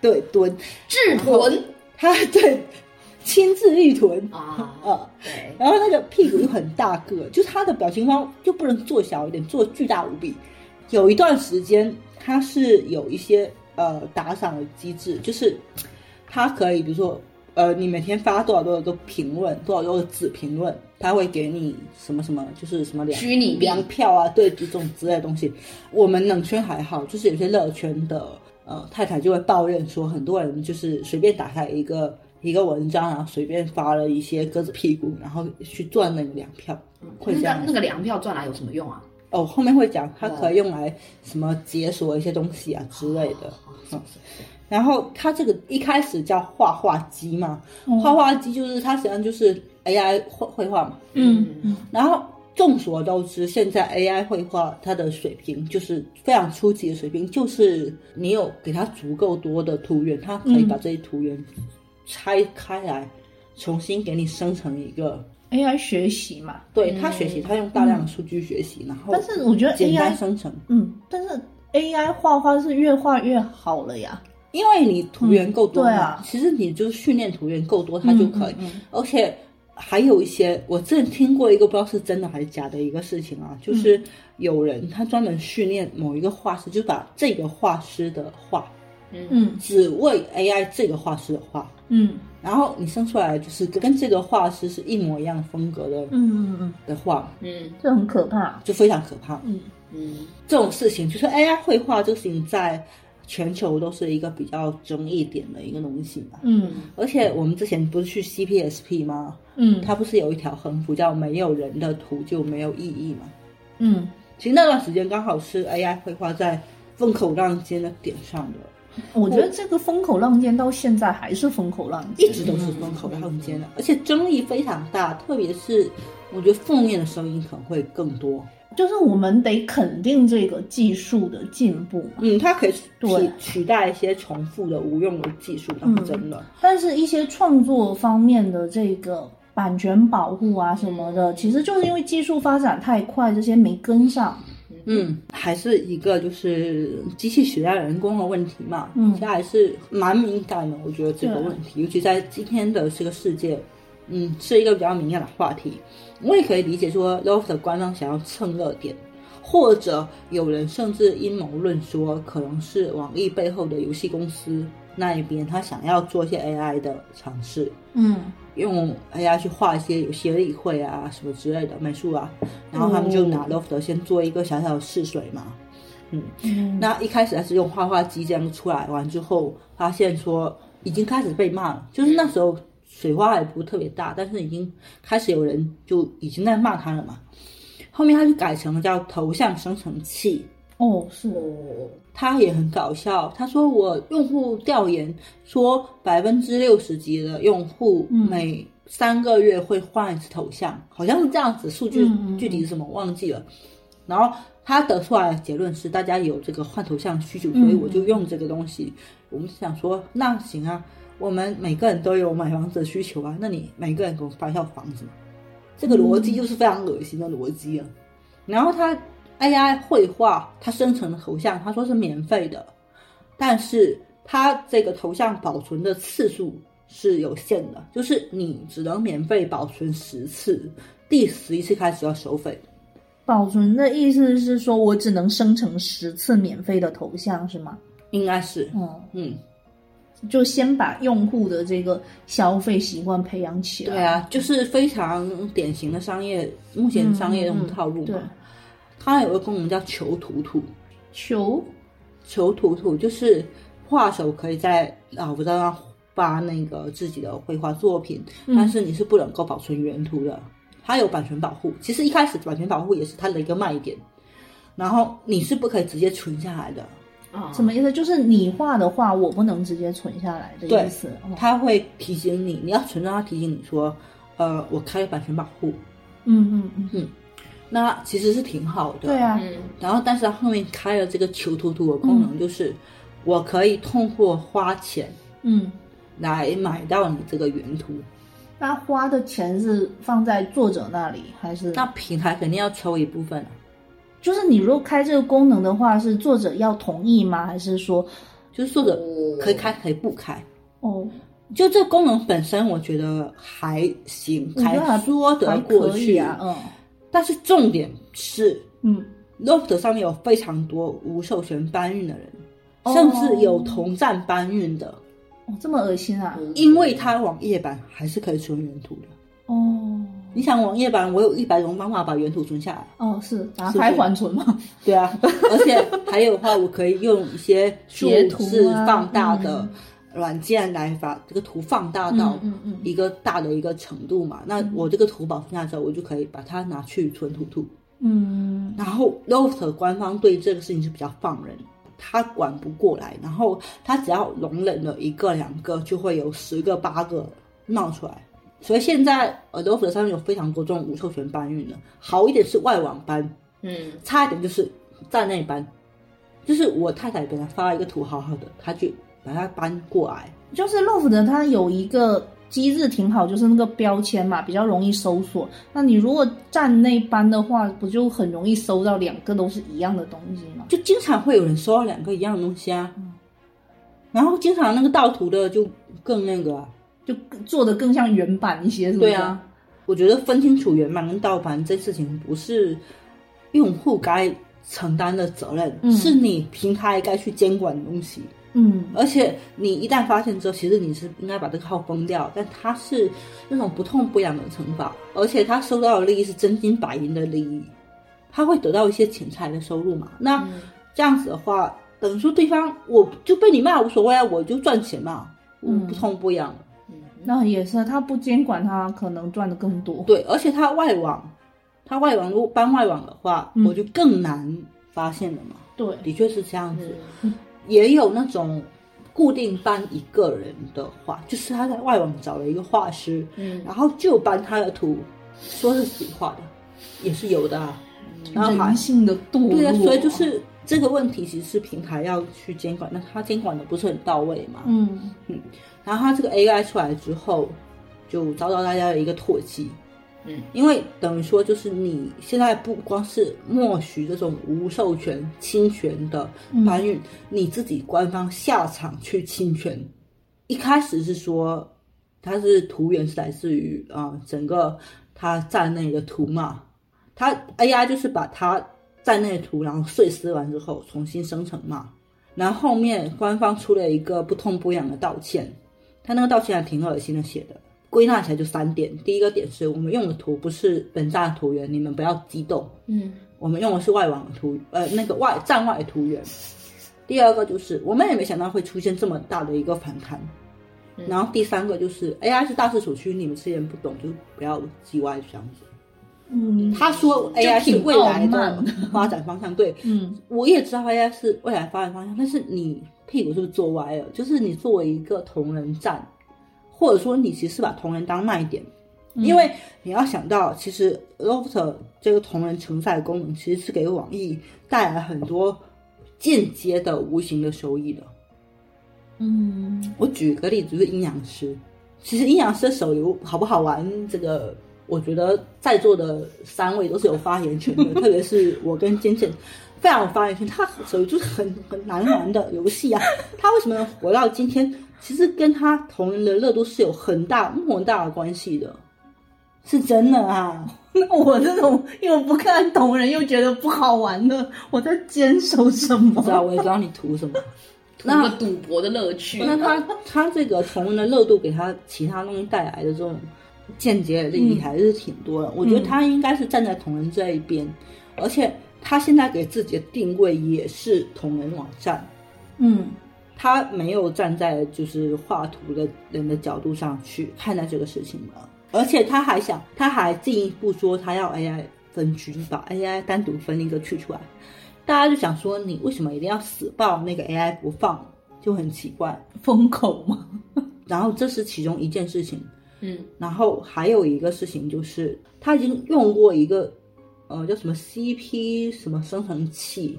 S2: 对蹲，
S3: 治臀
S2: 他对 亲自立臀
S3: 啊，
S2: 啊。
S3: 对，
S2: 然后那个屁股又很大个，就是他的表情包就不能做小一点，做巨大无比。有一段时间，他是有一些呃打赏的机制，就是他可以比如说呃，你每天发多少多少个评论，多少多少个子评论，他会给你什么什么，就是什么两
S3: 虚拟币
S2: 粮票啊，对这种之类的东西。我们冷圈还好，就是有些乐圈的呃太太就会抱怨说，很多人就是随便打开一个一个文章，然后随便发了一些鸽子屁股，然后去赚那个粮票，会这
S3: 嗯那
S2: 样
S3: 个。那个粮票赚来有什么用啊？
S2: 哦，后面会讲，它可以用来什么解锁一些东西啊之类
S3: 哦
S2: 的。嗯然后它这个一开始叫画画机嘛，
S3: 哦
S2: 画画机就是它实际上就是 AI 绘绘画嘛。
S1: 嗯
S2: 然后众所周知，现在 AI 绘画它的水平就是非常初级的水平，就是你有给它足够多的图源，它可以把这些图源拆开来，重新给你生成一个。
S1: ，AI 哎学习嘛，
S2: 对它学习，它用大量的数据学习，然
S1: 嗯
S2: 后
S1: 但是我觉得
S2: 简单
S1: AI
S2: 生成。
S1: 嗯，但是 AI 画画是越画越好了呀。
S2: 因为你图源够多嘛，
S1: 嗯对啊嗯
S2: 其实你就是训练图源够多，它就可以。而且还有一些，我之前听过一个不知道是真的还是假的一个事情啊，
S1: 嗯
S2: 就是有人他专门训练某一个画师，就把这个画师的画
S3: 嗯
S1: 嗯
S2: 只为 AI 这个画师的画，
S1: 嗯
S2: 然后你生出来就是跟这个画师是一模一样风格的、
S1: 嗯嗯嗯，
S2: 的画，
S3: 嗯
S1: 这很可怕。
S2: 就非常可怕。
S1: 嗯
S3: 嗯，
S2: 这种事情，就是 AI 绘画这个事情在全球都是一个比较争议点的一个东西吧。
S1: 嗯
S2: 而且我们之前不是去 CPSP 吗？
S1: 嗯
S2: 它不是有一条横幅叫“没有人的图就没有意义”吗？
S1: 嗯，
S2: 其实那段时间刚好是 AI 绘画在风口浪尖的点上的，
S1: 我觉得这个风口浪尖到现在还是风口浪尖，
S2: 一直都是风口浪尖的，而且争议非常大，特别是我觉得负面的声音可能会更多。
S1: 就是我们得肯定这个技术的进步嘛。
S2: 嗯，它可以取
S1: 对
S2: 取代一些重复的无用的技术，当真的。
S1: 但是，一些创作方面的这个版权保护啊什么的，其实就是因为技术发展太快，这些没跟上。
S2: 嗯，还是一个就是机器取代人工的问题嘛，
S1: 嗯
S2: 其实还是蛮敏感的。我觉得这个
S1: 对啊
S2: 问题，尤其在今天的这个世界，嗯，是一个比较敏感的话题。我也可以理解说，LOFT 的官方想要蹭热点，或者有人甚至阴谋论说，可能是网易背后的游戏公司那一边，他想要做一些 AI 的尝试。
S1: 嗯
S2: 用 AI 去画一些有些例会啊什么之类的美术啊，然后他们就拿 Loft 先做一个小小的试水嘛。
S1: 嗯
S2: 那一开始还是用画画机这样出来，完之后发现说已经开始被骂了，就是那时候水花还不是特别大，但是已经开始有人就已经在骂他了嘛。后面他就改成了叫头像生成器，
S1: 哦是的，
S3: 哦，
S2: 他也很搞笑，他说我用户调研说百分之六十级的用户
S1: 嗯
S2: 每三个月会换一次头像，好像是这样子，数据
S1: 嗯嗯嗯
S2: 具体是什么忘记了。然后他得出来的结论是大家有这个换头像需求，所以
S1: 嗯嗯
S2: 我就用这个东西。我们想说那行啊，我们每个人都有买房子的需求啊，那你每个人给我发一套房子嘛，这个逻辑就是非常恶心的逻辑啊。然后他 AI 绘画，他生成的头像，他说是免费的，但是他这个头像保存的次数是有限的，就是你只能免费保存十次，第十一次开始要收费。
S1: 保存的意思是说我只能生成十次免费的头像是吗？
S2: 应该是，
S1: 嗯，
S2: 嗯，
S1: 就先把用户的这个消费习惯培养起来。
S2: 对，啊，就是非常典型的商业，目前商业这种套路
S1: 对
S2: 嘛。，它有个功能叫求图图，
S1: 求
S2: 求图图就是画手可以在啊，我知道发那个自己的绘画作品，
S1: 嗯
S2: 但是你是不能够保存原图的，它有版权保护。其实一开始版权保护也是它的一个卖点，然后你是不可以直接存下来的，
S3: 啊，
S1: 什么意思？就是你画的画，我不能直接存下来的意思。哦
S2: 它会提醒你，你要存到它提醒你说，呃，我开了版权保护，
S1: 嗯嗯嗯，
S2: 那其实是挺好的。
S1: 对啊，
S3: 嗯
S2: 然后，但是它后面开了这个求图图的功能，就是、我可以通过花钱
S1: 嗯，
S2: 来买到你这个原图。
S1: 那花的钱是放在作者那里还是？
S2: 那平台肯定要抽一部分啊，
S1: 就是你如果开这个功能的话，是作者要同意吗？还是说，
S2: 就是作者可以开可以不开。
S1: 哦，
S2: 就这功能本身，我觉得还行，
S1: 我觉得还
S2: 说得
S1: 还
S2: 过
S1: 可以
S2: 去
S1: 啊，嗯
S2: 但是重点是
S1: 嗯，
S2: Loft 上面有非常多无授权搬运的人，
S1: 哦
S2: 甚至有同站搬运的，
S1: 哦，这么恶心啊，
S2: 因为它网页版还是可以存原图的。
S1: 哦
S2: 你想网页版，我有一百种方法把原图存下来。
S1: 哦是，打
S2: 是
S1: 开
S2: 的
S1: 缓存吗？
S2: 对啊， 而且还有的话，我可以用一些数
S1: 截图啊
S2: 字放大的软件来把这个图放大到
S1: 嗯嗯嗯嗯
S2: 一个大的一个程度嘛。那我这个图保存下之后，我就可以把它拿去存图图。
S1: 嗯
S2: 然后 Loft 官方对这个事情是比较放任，他管不过来，然后他只要容忍了一个两个，就会有十个八个闹出来。所以现在呃 Loft 上面有非常多这种无授权搬运的，好一点是外网搬，
S3: 嗯
S2: 差一点就是站内搬，就是我太太本来发了一个图好好的，她去把它搬过来，
S1: 就是 Loft 它有一个机制挺好，就是那个标签嘛，比较容易搜索。那你如果站内搬的话，不就很容易搜到两个都是一样的东西吗？
S2: 就经常会有人收到两个一样的东西啊，然后经常那个盗图的就更那个、啊，
S1: 就更做的更像原版一些，是不是？
S2: 对啊，我觉得分清楚原版跟盗版这事情不是用户该承担的责任，
S1: 嗯
S2: 是你平台该去监管的东西。
S1: 嗯，
S2: 而且你一旦发现之后，其实你是应该把这个号封掉，但他是那种不痛不痒的惩罚，而且他收到的利益是真金白银的利益，他会得到一些钱财的收入嘛。那
S3: 嗯
S2: 这样子的话，等于说对方我就被你骂无所谓啊，我就赚钱嘛，我
S1: 嗯
S2: 不痛不痒。
S1: 那也是，他不监管，他可能赚的更多。
S2: 对，而且他外网，他外网如果搬外网的话，
S1: 嗯
S2: 我就更难发现了嘛。
S1: 对，
S2: 的确是这样子。
S3: 嗯
S2: 也有那种固定搬一个人的话，就是他在外网找了一个画师，
S3: 嗯
S2: 然后就搬他的图，说是自己画的，也是有的、啊。然后还
S1: 人性的堕落。
S2: 对啊，所以就是这个问题，其实是平台要去监管，那他监管的不是很到位嘛。
S1: 嗯
S2: 然后他这个 AI 出来之后，就遭到大家的一个唾弃。
S3: 嗯，
S2: 因为等于说，就是你现在不光是默许这种无授权侵权的搬运，你自己官方下场去侵权。一开始是说，它是图源是来自于啊、呃整个它站内的图嘛，它 AI 就是把它站内的图，然后碎撕完之后重新生成嘛。然后后面官方出了一个不痛不痒的道歉，他那个道歉还挺恶心的写的。归纳起来就三点，第一个点是我们用的图不是本站的图源，你们不要激动，
S3: 嗯
S2: 我们用的是外网的图，呃，那个外站外的图源。第二个就是我们也没想到会出现这么大的一个反弹，
S3: 嗯
S2: 然后第三个就是 AI 是大势所趋，你们之前不懂就不要叽歪这样子。
S1: 嗯
S2: 他说 AI 是
S1: 挺
S2: 未来
S1: 傲
S2: 的
S1: 慢的
S2: 发展方向，对，
S1: 嗯
S2: 我也知道 AI 是未来发展方向，但是你屁股是不是坐歪了？就是你作为一个同人站，或者说你其实把同人当卖点，因为你要想到，其实 Loft 这个同人承载功能其实是给网易带来很多间接的无形的收益的。
S1: 嗯
S2: 我举个例子，就是阴阳师。其实阴阳师的手游好不好玩，这个我觉得在座的三位都是有发言权的，特别是我跟尖尖非常有发言权。他手游就是很很难玩的游戏啊，他为什么能活到今天，其实跟他同人的热度是有很大莫大的关系的，是真的啊。
S1: 那我这种又不看懂人又觉得不好玩的，我在坚守什么
S2: 不知？道我也不知道你图什么。
S3: 图个赌博的乐趣，
S2: 那他他这个同文的热度给他其他东西带来的这种间接的利益还是挺多的。我觉得他应该是站在同人这一边，而且他现在给自己的定位也是同人网站，
S1: 嗯
S2: 他没有站在就是画图的人的角度上去看待这个事情了。而且他还想，他还进一步说他要 AI 分区，把 AI 单独分一个区出来。大家就想说，你为什么一定要死抱那个 AI 不放，就很奇怪。
S1: 封口嘛。
S2: 然后这是其中一件事情，
S3: 嗯
S2: 然后还有一个事情就是，他已经用过一个，呃，叫什么 CP 什么生成器，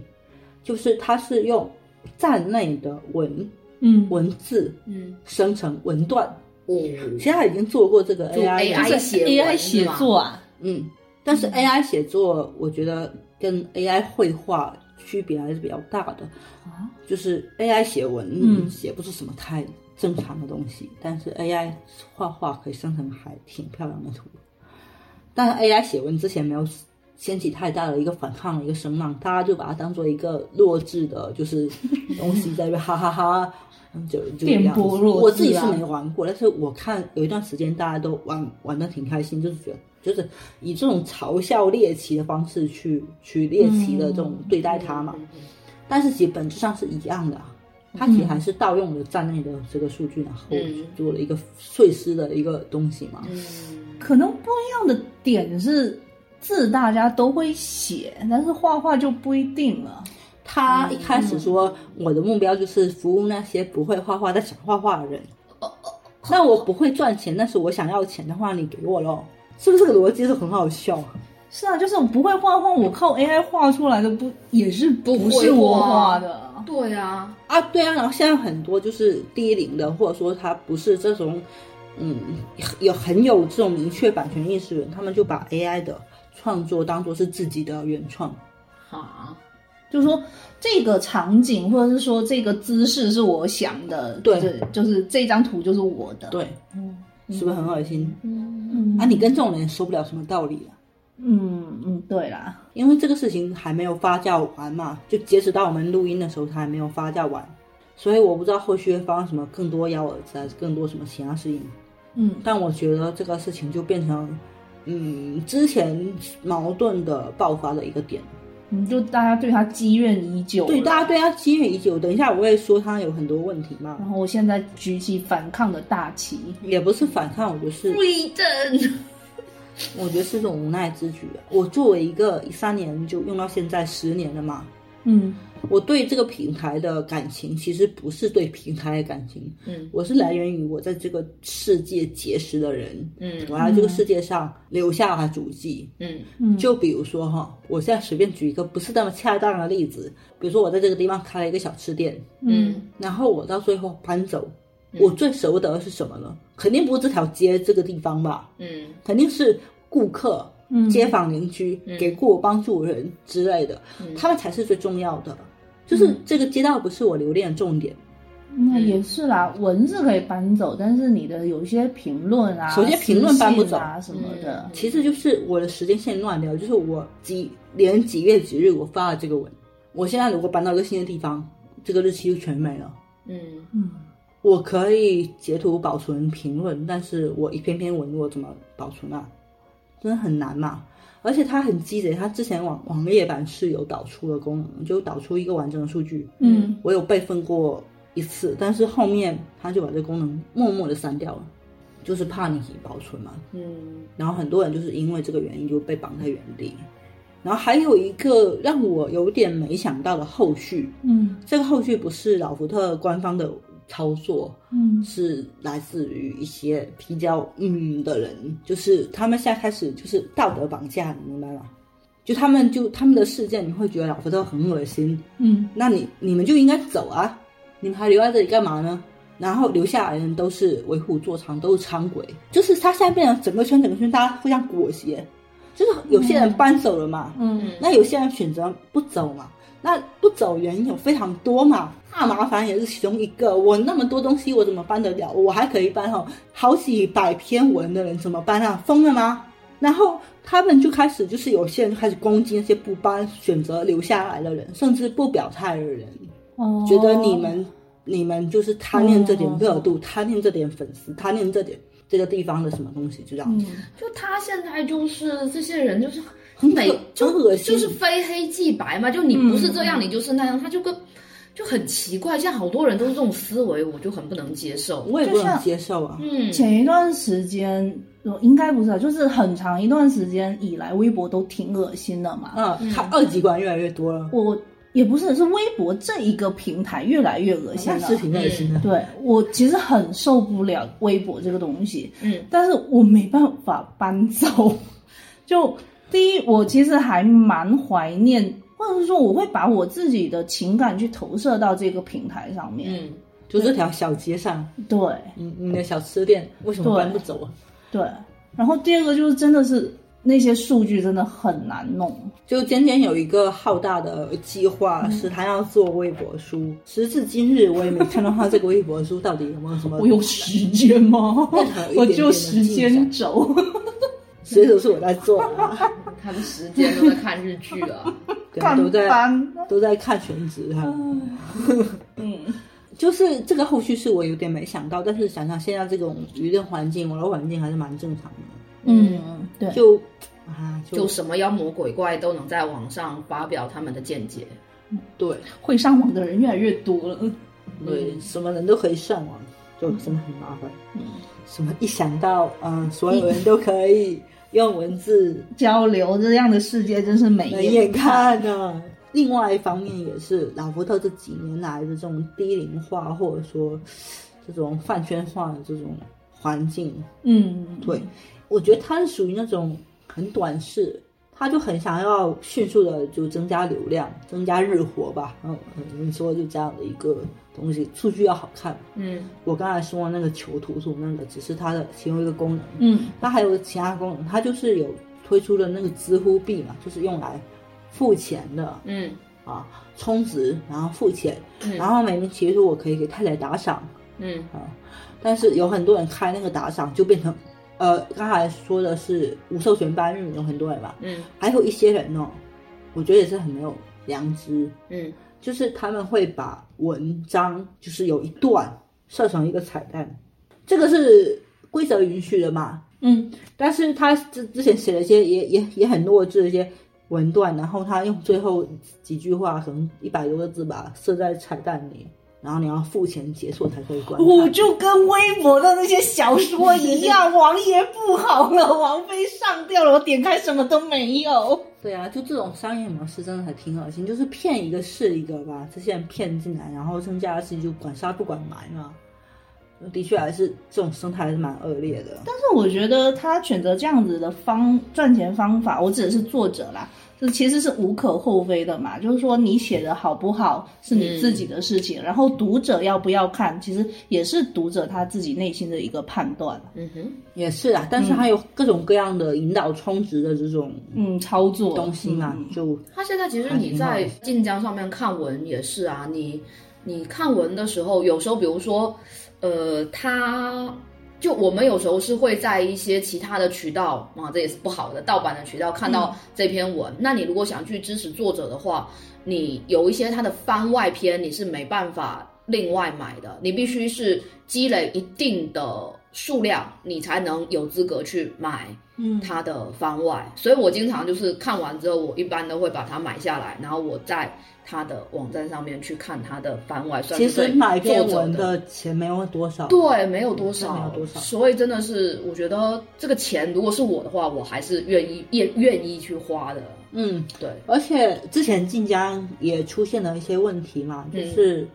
S2: 就是它是用站内的文
S1: 嗯
S2: 文字
S3: 嗯
S2: 生成文段，
S3: 哦，
S2: 其实他已经做过这个
S3: 就
S2: AI，的
S3: AI
S1: 这
S3: 写
S1: AI
S3: 文
S1: 写
S3: 是吧
S1: 作啊，
S2: 嗯，但是 AI 写作，我觉得跟 AI 绘画区别还是比较大的。
S1: 啊，
S2: 就是 AI 写文
S1: 嗯
S2: 写不出什么太正常的东西，但是 AI 画画可以生成还挺漂亮的图。但是 AI 写文之前没有掀起太大的一个反抗的一个声浪，大家就把它当做一个弱智的，就是东西在那边哈哈哈。嗯就就这样
S1: 电
S2: 子
S1: 波弱智啊
S2: 我自己是没玩过，但是我看有一段时间大家都玩玩的挺开心，就是觉得就是以这种嘲笑猎奇的方式去去猎奇的这种对待它
S3: 嗯
S2: 嘛。但是其实本质上是一样的啊，它其实还是盗用了站内的这个数据，然后
S3: 嗯
S2: 做了一个碎尸的一个东西嘛。
S3: 嗯，
S1: 可能不一样的点是字大家都会写，但是画画就不一定了。
S2: 他一开始说我的目标就是服务那些不会画画但想画画的人，那我不会赚钱，但是我想要钱的话，你给我喽，是不是这个逻辑是很好笑啊？
S1: 是啊，就是我不会画画，我
S2: 嗯
S1: 靠 AI 画出来的不也是
S3: 不会
S1: 是我
S3: 画
S1: 画的？
S3: 对啊，
S2: 啊，对啊，然后现在很多就是低龄的，或者说他不是这种，嗯，有很有这种明确版权意识的人，他们就把 AI 的创作当做是自己的原创。
S3: 好，
S1: 就是说这个场景或者是说这个姿势是我想的，
S2: 对
S1: 就是，就是这张图就是我的，
S2: 对，
S1: 嗯，
S2: 是不是很恶心？
S3: 嗯，
S1: 嗯
S2: 啊，你跟这种人说不了什么道理了、
S1: 嗯嗯，对啦，
S2: 因为这个事情还没有发酵完嘛，就截止到我们录音的时候，它还没有发酵完，所以我不知道后续会发生什么更多幺蛾子，还是更多什么其他事情。
S1: 嗯
S2: 但我觉得这个事情就变成，嗯，之前矛盾的爆发的一个点。
S1: 嗯，就大家对他积怨已久，
S2: 对，大家
S1: 家，
S2: 对他积怨已久。等一下我会说他有很多问题嘛，
S1: 然后我现在举起反抗的大旗，
S2: 也不是反抗，我觉得是
S3: 对症，
S2: 我觉得是一种无奈之举。我作为一个一三年就用到现在十年了嘛，
S1: 嗯
S2: 我对这个平台的感情其实不是对平台的感情，
S3: 嗯
S2: 我是来源于我在这个世界结识的人，
S3: 嗯
S2: 我在这个世界上留下了足迹。
S3: 嗯
S1: 嗯，
S2: 就比如说哈，我现在随便举一个不是那么恰当的例子，比如说我在这个地方开了一个小吃店，
S1: 嗯
S3: 嗯
S2: 然后我到最后搬走，
S3: 嗯
S2: 我最熟得的是什么呢？肯定不是这条街这个地方吧，
S3: 嗯
S2: 肯定是顾客、
S1: 嗯
S2: 街坊邻居、
S3: 嗯
S2: 给过我帮助的人之类的，
S3: 嗯
S2: 他们才是最重要的。就是这个街道不是我留恋的重
S3: 嗯
S2: 点，
S1: 那也是啦，文字可以搬走，但是你的有些评论啊，
S2: 首先评论搬不
S1: 私信啊什么的
S3: 嗯，
S2: 其实就是我的时间线乱掉，就是我几连几月几日我发了这个文，我现在如果搬到一个新的地方，这个日期就全没了。
S3: 嗯
S1: 嗯
S2: 我可以截图保存评论，但是我一篇篇文我怎么保存啊？真的很难嘛。而且它很鸡贼，它之前网网页版是有导出的功能，就导出一个完整的数据。
S1: 嗯
S2: 我有备份过一次，但是后面它就把这个功能默默的删掉了，就是怕你保存嘛。
S3: 嗯
S2: 然后很多人就是因为这个原因就被绑在原地。然后还有一个让我有点没想到的后续，
S1: 嗯
S2: 这个后续不是老福特官方的操作，
S1: 嗯
S2: 是来自于一些比较嗯的人，就是他们现在开始就是道德绑架，你明白吗？就他们就他们的事件，你会觉得老福特很恶心，
S1: 嗯
S2: 那你你们就应该走啊，你们还留在这里干嘛呢？然后留下来的人都是为虎作伥，都是伥鬼，就是他现在变成整个圈整个圈，大家互相裹挟，就是有些人搬走了嘛，
S1: 嗯
S3: 嗯，
S2: 那有些人选择不走嘛，那不走原因有非常多嘛，怕麻烦也是其中一个。我那么多东西，我怎么搬得了？我还可以搬哦，好几百篇文的人怎么搬啊？疯了吗？然后他们就开始，就是有些人就开始攻击那些不搬、选择留下来的人，甚至不表态的人，
S1: 哦哦
S2: 觉得你们、你们就是贪恋这点热度，贪恋这点粉丝，贪恋这点这个地方的什么东西，就这样
S1: 嗯
S2: 子，
S3: 就他现在就是这些人就是
S2: 很
S3: 每
S2: 恶很恶心，
S3: 就
S2: 嗯
S3: 是非黑即白嘛，就你不是这样，你就是那样，他就跟就很奇怪，现在好多人都是这种思维，我就很不能接受。
S2: 我也不
S1: 就像
S2: 能接受啊。
S3: 嗯
S1: 前一段时间，呃应该不是啊，就是很长一段时间以来，微博都挺恶心的嘛。
S2: 嗯，他二极管越来越多了，
S1: 我也不是，是微博这一个平台越来越恶心
S2: 哦那
S1: 了。
S2: 是挺恶心的。
S1: 对我其实很受不了微博这个东西，
S3: 嗯
S1: 但是我没办法搬走。 就第一，我其实还蛮怀念，或者是说我会把我自己的情感去投射到这个平台上面。
S3: 嗯
S2: 就这条小街上，
S1: 对
S2: 你你的小吃店为什么
S1: 对
S2: 搬不走啊？
S1: 对，然后第二个就是真的是那些数据真的很难弄。
S2: 就尖尖有一个浩大的计划，
S1: 嗯
S2: 是他要做微博书。时至今日，我也没看到他这个微博书到底有没有什 么。
S1: 我有时间吗
S2: 任何一点？点
S1: 我
S2: 的
S1: 就时间轴。
S2: 所以都是我在做 的，啊
S3: 嗯他的时间都在看日剧 了。
S2: 对啊
S1: 干
S2: 都在
S1: 翻。
S2: 都在看全职哈。
S1: 嗯，
S2: 就是这个后续是我有点没想到，但是想想现在这种舆论环境、网络环境还是蛮正常的。
S1: 嗯，对，
S2: 就啊，就
S3: 就什么妖魔鬼怪都能在网上发表他们的见解，
S2: 对
S1: 会上网的人越来越多了。嗯
S2: 对，什么人都可以上网，就真的很麻烦。
S1: 嗯，
S2: 什么一想到嗯、呃所有人都可以用文字
S1: 交流这样的世界真是美
S2: 来
S1: 艳
S2: 眼看啊。另外一方面也是老福特这几年来的这种低龄化，或者说这种饭圈化的这种环境，
S1: 嗯，
S2: 对，我觉得他是属于那种很短视，他就很想要迅速的就增加流量、增加日活吧。嗯，你说就这样的一个东西，数据要好看。
S3: 嗯，
S2: 我刚才说的那个囚徒图那个，只是它的其中一个功能，
S1: 嗯
S2: 它还有其他功能，它就是有推出了那个知乎币嘛，就是用来付钱的
S3: 嗯
S2: 啊，充值然后付钱，
S3: 嗯
S2: 然后美名其实我可以给太太打赏，啊
S3: 嗯
S2: 但是有很多人开那个打赏就变成，呃，刚才说的是无授权搬运，有很多人吧，
S3: 嗯
S2: 还有一些人哦，我觉得也是很没有良知，
S3: 嗯
S2: 就是他们会把文章就是有一段设成一个彩蛋，这个是规则允许的嘛，
S1: 嗯
S2: 但是他之之前写了一些也也也很弱智的一些文段，然后他用最后几句话，可能一百多个字吧，设在彩蛋里。然后你要付钱解锁才可以观看。
S1: 我就跟微博的那些小说一样，王爷不好了，王妃上吊了，我点开什么都没有。
S2: 对啊，就这种商业模式真的还挺恶心，就是骗一个是一个吧，这些人骗进来，然后剩下的事情就管杀不管埋嘛。的确还是这种生态还是蛮恶劣的。
S1: 但是我觉得他选择这样子的方赚钱方法，我指的是作者啦，这其实是无可厚非的嘛。就是说你写的好不好是你自己的事情，然后读者要不要看，其实也是读者他自己内心的一个判断。
S3: 嗯哼，
S2: 也是啊，但是还有各种各样的引导充值的这种
S1: 嗯，操作
S2: 东西嘛，
S1: 嗯
S2: 就
S3: 他现在其实你在晋江上面看文也是啊，你你看文的时候，有时候比如说，呃，他。就我们有时候是会在一些其他的渠道啊，这也是不好的，盗版的渠道看到这篇文。那你如果想去支持作者的话，你有一些它的番外篇你是没办法另外买的，你必须是积累一定的数量，你才能有资格去买
S1: 嗯
S3: 它的番外，所以我经常就是看完之后，我一般都会把它买下来，然后我在它的网站上面去看它的番外。算
S2: 其
S3: 是
S2: 实
S3: 对
S2: 买
S3: 作
S2: 篇
S3: 者
S2: 文
S3: 的
S2: 的钱没有多少。
S3: 对没有多少，
S2: 没有多少
S3: 所以真的是我觉得这个钱如果是我的话，我还是愿意愿愿意去花的。
S2: 嗯，
S3: 对，
S2: 而且之前晋江也出现了一些问题嘛，就
S3: 嗯
S2: 是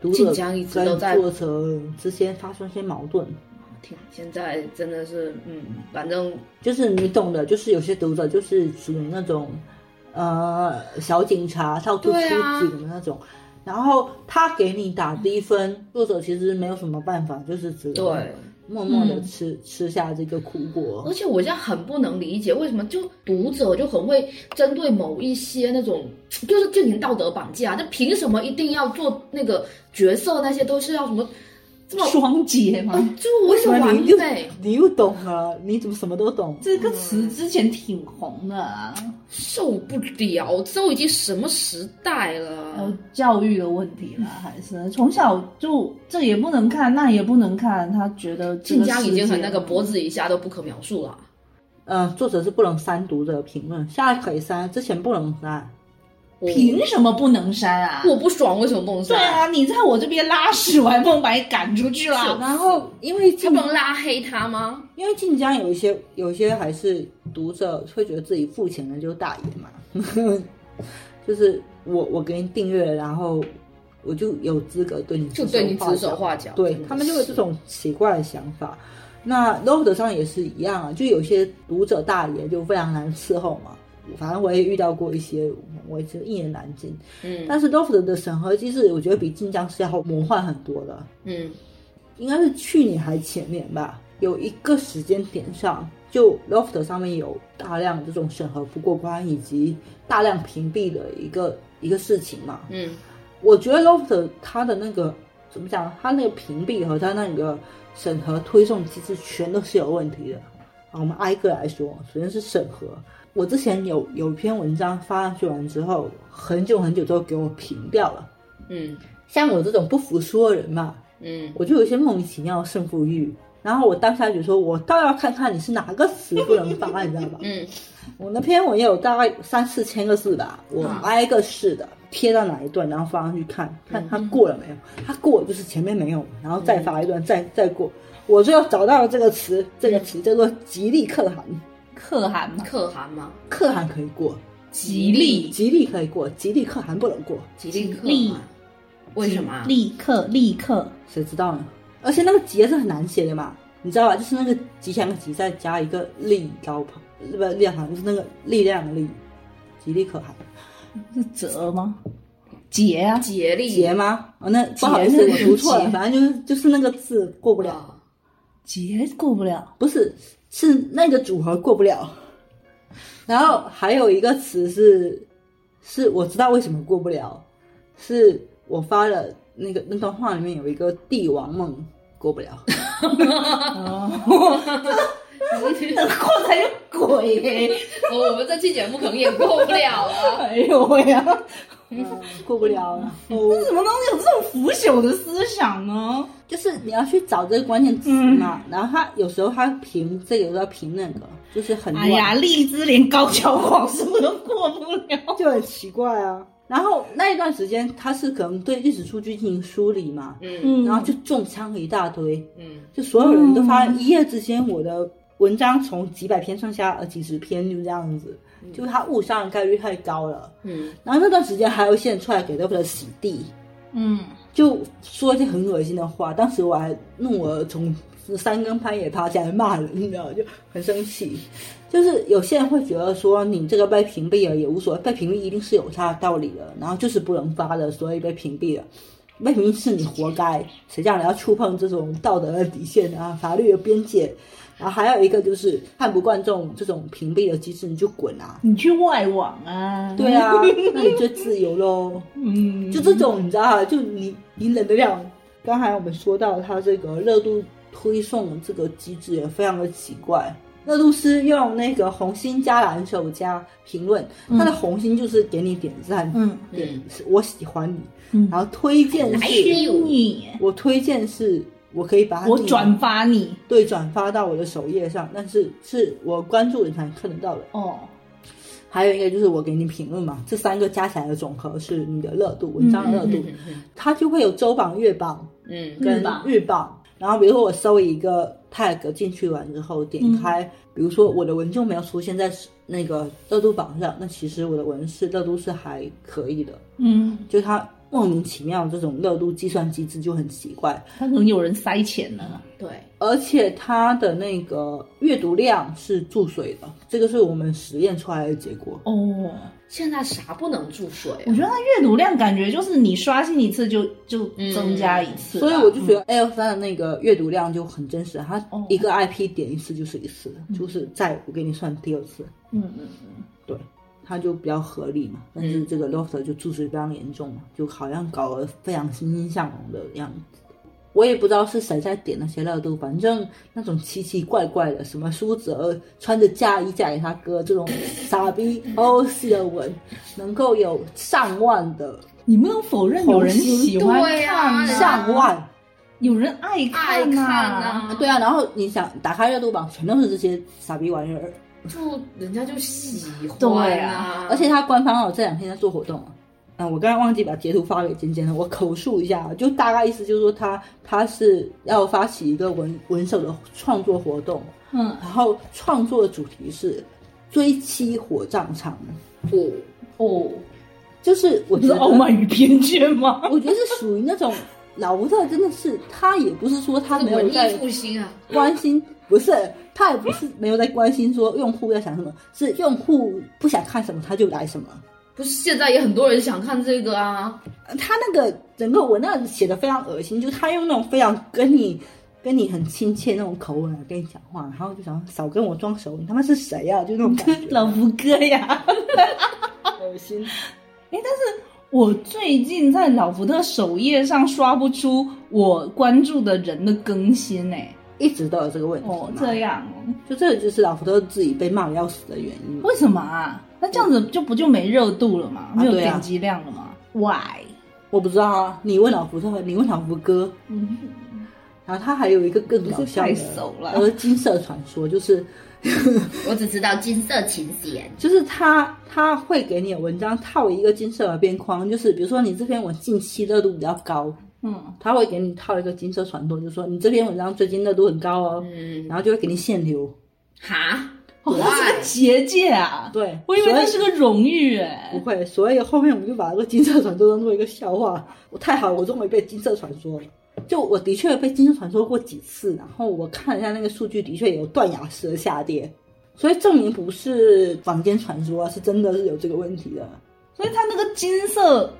S2: 读
S3: 晋
S2: 者
S3: 江一直
S2: 跟
S3: 都在
S2: 作者之间发生一些矛盾。
S3: 挺现在真的是嗯，反正
S2: 就是你懂的，就是有些读者就是属于那种，呃，小警察到处出
S3: 对啊
S2: 警的那种，然后他给你打低分，作者其实没有什么办法，就是只能
S3: 对。
S2: 默默的吃、吃下这个苦果
S3: 而。且我现在很不能理解，为什么就读者就很会针对某一些那种，就是进行道德绑架，那凭什么一定要做那个角色？那些都是要什么？这么呃
S1: 双节嘛。
S3: 就我是
S2: 哇
S3: 完
S2: 你又
S3: 美，
S2: 你又懂了，你怎么什么都懂？
S1: 这个词之前挺红的啊，
S3: 受不了，都已经什么时代
S1: 还有
S3: 了？
S1: 教育的问题
S3: 嗯
S1: 啦，还是从小就这也不能看，那也不能看，他觉得这
S3: 晋
S1: 个
S3: 江已经很那个
S1: 世界
S3: 脖子以下都不可描述了。
S2: 呃，作者是不能删读者的评论，现在可以删，之前不能删。
S3: 我
S1: 凭什么不能删啊？
S3: 我不爽，为什么不能
S1: 对
S3: 删？
S1: 啊，你在我这边拉屎，我还不能把你赶出去啦？
S2: 然后因为
S3: 他
S2: 晋
S3: 不能拉黑他吗？
S2: 因为晋江有一些有一些还是读者会觉得自己付钱的就是大爷嘛， 就是我我给你订阅了，然后我就有资格对你
S3: 就对你指手
S2: 脚，
S3: 画脚，
S2: 对
S3: 真的
S2: 他们就有
S3: 是
S2: 这种奇怪的想法。那 Lord 上也是一样啊，就有些读者大爷就非常难伺候嘛。反正我也遇到过一些，我也是一言难尽。
S3: 嗯
S1: 呃
S2: 但是 Loft 的审核机制，我觉得比晋江是要魔幻很多的。
S3: 嗯
S2: 应该是去年还前年吧，有一个时间点上就 Loft 上面有大量这种审核不过关以及大量屏蔽的一个一个事情嘛。
S3: 嗯，
S2: 我觉得 Loft 它的那个怎么讲，它那个屏蔽和它那个审核推送机制全都是有问题的。好，我们挨个来说，首先是审核。我之前有有一篇文章发上去完之后，很久很久之后给我屏掉了。
S3: 嗯
S2: 像我这种不服输的人嘛，
S3: 嗯，
S2: 我就有一些莫名其妙的胜负欲。然后我当下就说，我倒要看看你是哪个词不能发，你知道吧？
S3: 嗯，
S2: 我那篇文也有大概三四千个字吧，我
S3: 啊
S2: 挨个试的贴到哪一段，然后发上去看看它过了没有。它过了就是前面没有，然后再发一段，再再过。我最后找到了这个词，这个词叫做吉利可汗，
S1: 可汗嘛，
S3: 可汗吗？
S2: 可汗可以过，
S1: 吉利，
S2: 吉利可以过，吉利可汗不能过，
S3: 吉利可
S1: 吉利
S3: 汗？为什么啊？
S1: 立刻，立刻，
S2: 谁知道呢？而且那个吉是很难写的嘛，你知道吧？就是那个吉祥的吉，再加一个利刀旁，不是利行，就是那个力量的力，吉利可汗。
S1: 是折吗？节啊，
S3: 竭力
S2: 节吗？哦，那不好意思，
S1: 节
S2: 我
S1: 是
S2: 读错了，
S1: 节
S2: 反正就是就是那个字过不了，
S3: 啊
S1: 节过不了，
S2: 不是是那个组合过不了。然后还有一个词是，是我知道为什么过不了，是我发了那个那段话里面有一个帝王梦过不了，
S3: 啊
S1: 能 哦过才有鬼、
S3: 哦我我们这期节目可能也过不了了。
S1: 哎呦喂呀、啊，
S2: 过不了。然后
S1: 为什么东西有这种腐朽的思想呢？
S2: 就是你要去找这个关键词嘛，
S1: 嗯
S2: 然后他有时候他评这个，有时候评那个，就是很乱。
S1: 哎呀，荔枝连高桥广树都过不了。
S2: 就很奇怪啊。然后那一段时间，他是可能对历史数据进行梳理嘛，
S3: 嗯
S1: 嗯
S2: 然后就中枪了一大堆，
S3: 嗯
S2: 就所有人都发现一夜之间，我的文章从几百篇上下呃几十篇就这样子，
S1: 嗯
S2: 就是他误伤的概率太高了。
S3: 嗯
S2: 然后那段时间还有一些人出来给乐福的洗地，
S1: 嗯，
S2: 就说一些很恶心的话，当时我还怒我从三更半夜爬起来骂人，你知道吗，就很生气。就是有些人会觉得说你这个被屏蔽了也无所谓，被屏蔽一定是有它的道理的，然后就是不能发的，所以被屏蔽了。被屏蔽是你活该，谁叫你要触碰这种道德的底线啊、法律的边界？然后还有一个就是看不惯这种这种屏蔽的机制，你就滚啊！
S1: 你去外网啊？
S2: 对啊，那你就自由喽。
S1: 嗯，
S2: 就这种，你知道啊，就你你忍得了？刚才我们说到它这个热度推送这个机制也非常的奇怪。热度是用那个红心加蓝手加评论，它的红心就是给你点赞，
S1: 嗯
S2: 点
S3: 嗯
S2: 是我喜欢你，
S1: 嗯
S2: 然后推荐
S3: 来
S2: 是，
S3: 哟
S1: 你，
S2: 我推荐是我可以把它
S1: 我
S2: 定
S1: 转发你
S2: 对转发到我的首页上，但是是我关注你才看得到的。
S1: 哦。
S2: 还有一个就是我给你评论嘛，这三个加起来的总和是你的热度，文章的热度，
S3: 嗯
S2: 它就会有周榜、月榜
S3: 嗯
S2: 跟
S1: 日榜
S2: 日榜。然后比如说我搜一个 tag 进去完之后，点开，比如说我的文就没有出现在那个热度榜上，那其实我的文是热度是还可以的，
S1: 嗯，
S2: 就它莫名其妙这种热度计算机制就很奇怪，
S1: 他可能有人塞钱了。
S3: 对，
S2: 而且它的那个阅读量是注水的，这个是我们实验出来的结果。
S1: 哦，
S3: 现在啥不能注水啊
S1: 我？觉得他阅读量感觉就是你刷新一次就就
S3: 嗯
S1: 增加一次吧，
S2: 所以我就觉得 L 三的那个阅读量就很真实，它
S1: 嗯哦
S2: 一个 IP 点一次就是一次，就是再我给你算第二次，
S1: 嗯嗯嗯
S2: 对，它就比较合理嘛。但是这个 Loft 就注水非常严重嘛，就好像搞得非常欣欣向荣的样子。我也不知道是谁在点那些热度，反正那种奇奇怪怪的，什么苏哲穿着嫁衣嫁给他哥这种傻逼哦 OC 的文，能够有上万的
S1: 你不能否认有人喜欢
S3: 对啊
S1: 看
S3: 人
S1: 啊
S3: 家
S2: 上万，
S1: 有人爱
S3: 爱
S1: 呐、
S3: 看啊，
S2: 对啊，然后你想打开热度榜，全都是这些傻逼玩意儿，
S3: 就人家就喜欢
S1: 对
S3: 嗯
S1: 啊
S2: 而且他官方有这两天在做活动啊。啊，我刚才忘记把截图发给尖尖了，我口述一下，啊就大概意思就是说他他是要发起一个文文手的创作活动，
S1: 嗯，
S2: 然后创作主题是追妻火葬场，
S3: 不，
S1: 哦，
S2: 就是我
S1: 不
S2: 觉
S1: 是
S2: 得
S1: 傲慢与偏见吗？
S2: 我觉得是属于那种老吴特真的是他也不是说他
S3: 这
S2: 没有
S3: 文
S2: 在
S3: 艺复兴啊，
S2: 关心，不是他也不是没有在关心说用户要想什么，是用户不想看什么他就来什么。
S3: 不是现在也很多人想看这个啊，
S2: 他那个整个文案写的非常恶心，就是他用那种非常跟你跟你很亲切那种口吻跟你讲话，然后就想少跟我装熟，你他妈是谁呀、就那种 感觉，
S1: 老福哥呀。
S2: 恶心。
S1: 我最近在老福的首页上刷不出我关注的人的更新呢、
S2: 一直都有这个问题嘛。
S1: 哦，这样哦，
S2: 就这就是老福特自己被骂的要死的原因。
S1: 为什么啊？那这样子就不就没热度了吗？没有
S2: 对啊
S1: 点击量了吗、w h y
S2: 我不知道啊，你问老福特，你问老福哥，
S1: 嗯，
S2: 然后他还有一个更搞笑
S1: 不
S2: 的
S1: 是太熟，了
S2: 呃，金色传说，就是
S3: 我只知道金色琴弦，
S2: 就是他他会给你的文章套一个金色的边框，就是比如说你这篇文近期热度比较高，
S1: 嗯，
S2: 他会给你套一个金色传说，就说你这篇文章最近热度很高哦，
S3: 嗯，
S2: 然后就会给你限流。
S3: 哈，
S1: 哦，它是个
S3: Why？
S1: 结界啊！
S2: 对，
S1: 我以为
S2: 所
S1: 它
S2: 以
S1: 是个荣誉哎、
S2: 不会，所以后面我们就把这个金色传说当做一个笑话。我太好了，我终于被金色传说了。就我的确被金色传说过几次，然后我看了一下那个数据，的确有断崖式的下跌，所以证明不是坊间传说啊，是真的是有这个问题的。
S1: 所以它那个金色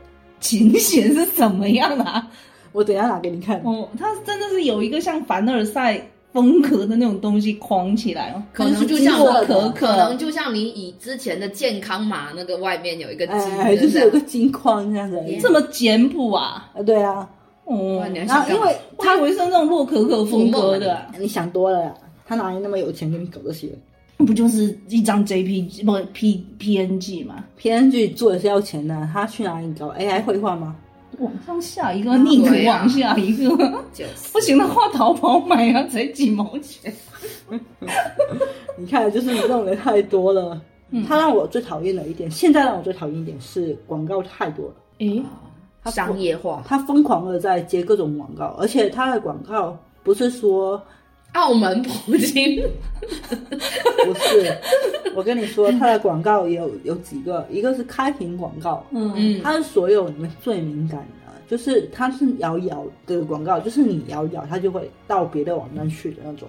S1: 琴弦是怎么样的、啊？
S2: 我等一下拿给你看。
S1: 哦，它真的是有一个像凡尔赛风格的那种东西框起来哦，
S3: 可能就像
S1: 可
S3: 我
S1: 是可
S3: 可能
S1: 可，
S3: 就像你以之前的健康码那个外面有一个金
S2: 哎，就是有个金框这样子而已。
S1: 这么简朴啊！
S2: 啊，对啊，
S1: 哦，
S3: 你还
S2: 然
S3: 想
S2: 后因为
S1: 我以为是那种洛可可风格的啊，
S2: 你想多了啦，他哪里那么有钱给你搞这些
S1: 不就是一张 JPG 不 P PNG 吗？
S2: ？PNG 做的是要钱的，他去哪里搞 AI 绘画吗？
S1: 往上下一个，逆
S3: 对
S1: 图
S3: 啊
S1: 往下一个，
S3: 就是
S1: 不行的话淘宝买啊，才几毛钱。
S2: 你看，就是你这种人太多了。
S1: 嗯
S2: 他让我最讨厌的一点，现在让我最讨厌一点是广告太多了。
S1: 诶，
S2: 他
S3: 商业化。
S2: 他疯狂的在接各种广告，而且他的广告不是说
S3: 澳门葡京，
S2: 不是， 我跟你说，他的广告也有有几个，一个是开屏广告，
S1: 嗯
S3: 嗯，
S2: 它是所有里面最敏感的，就是它是摇一摇的广告，就是你摇一摇，它就会到别的网站去的那种。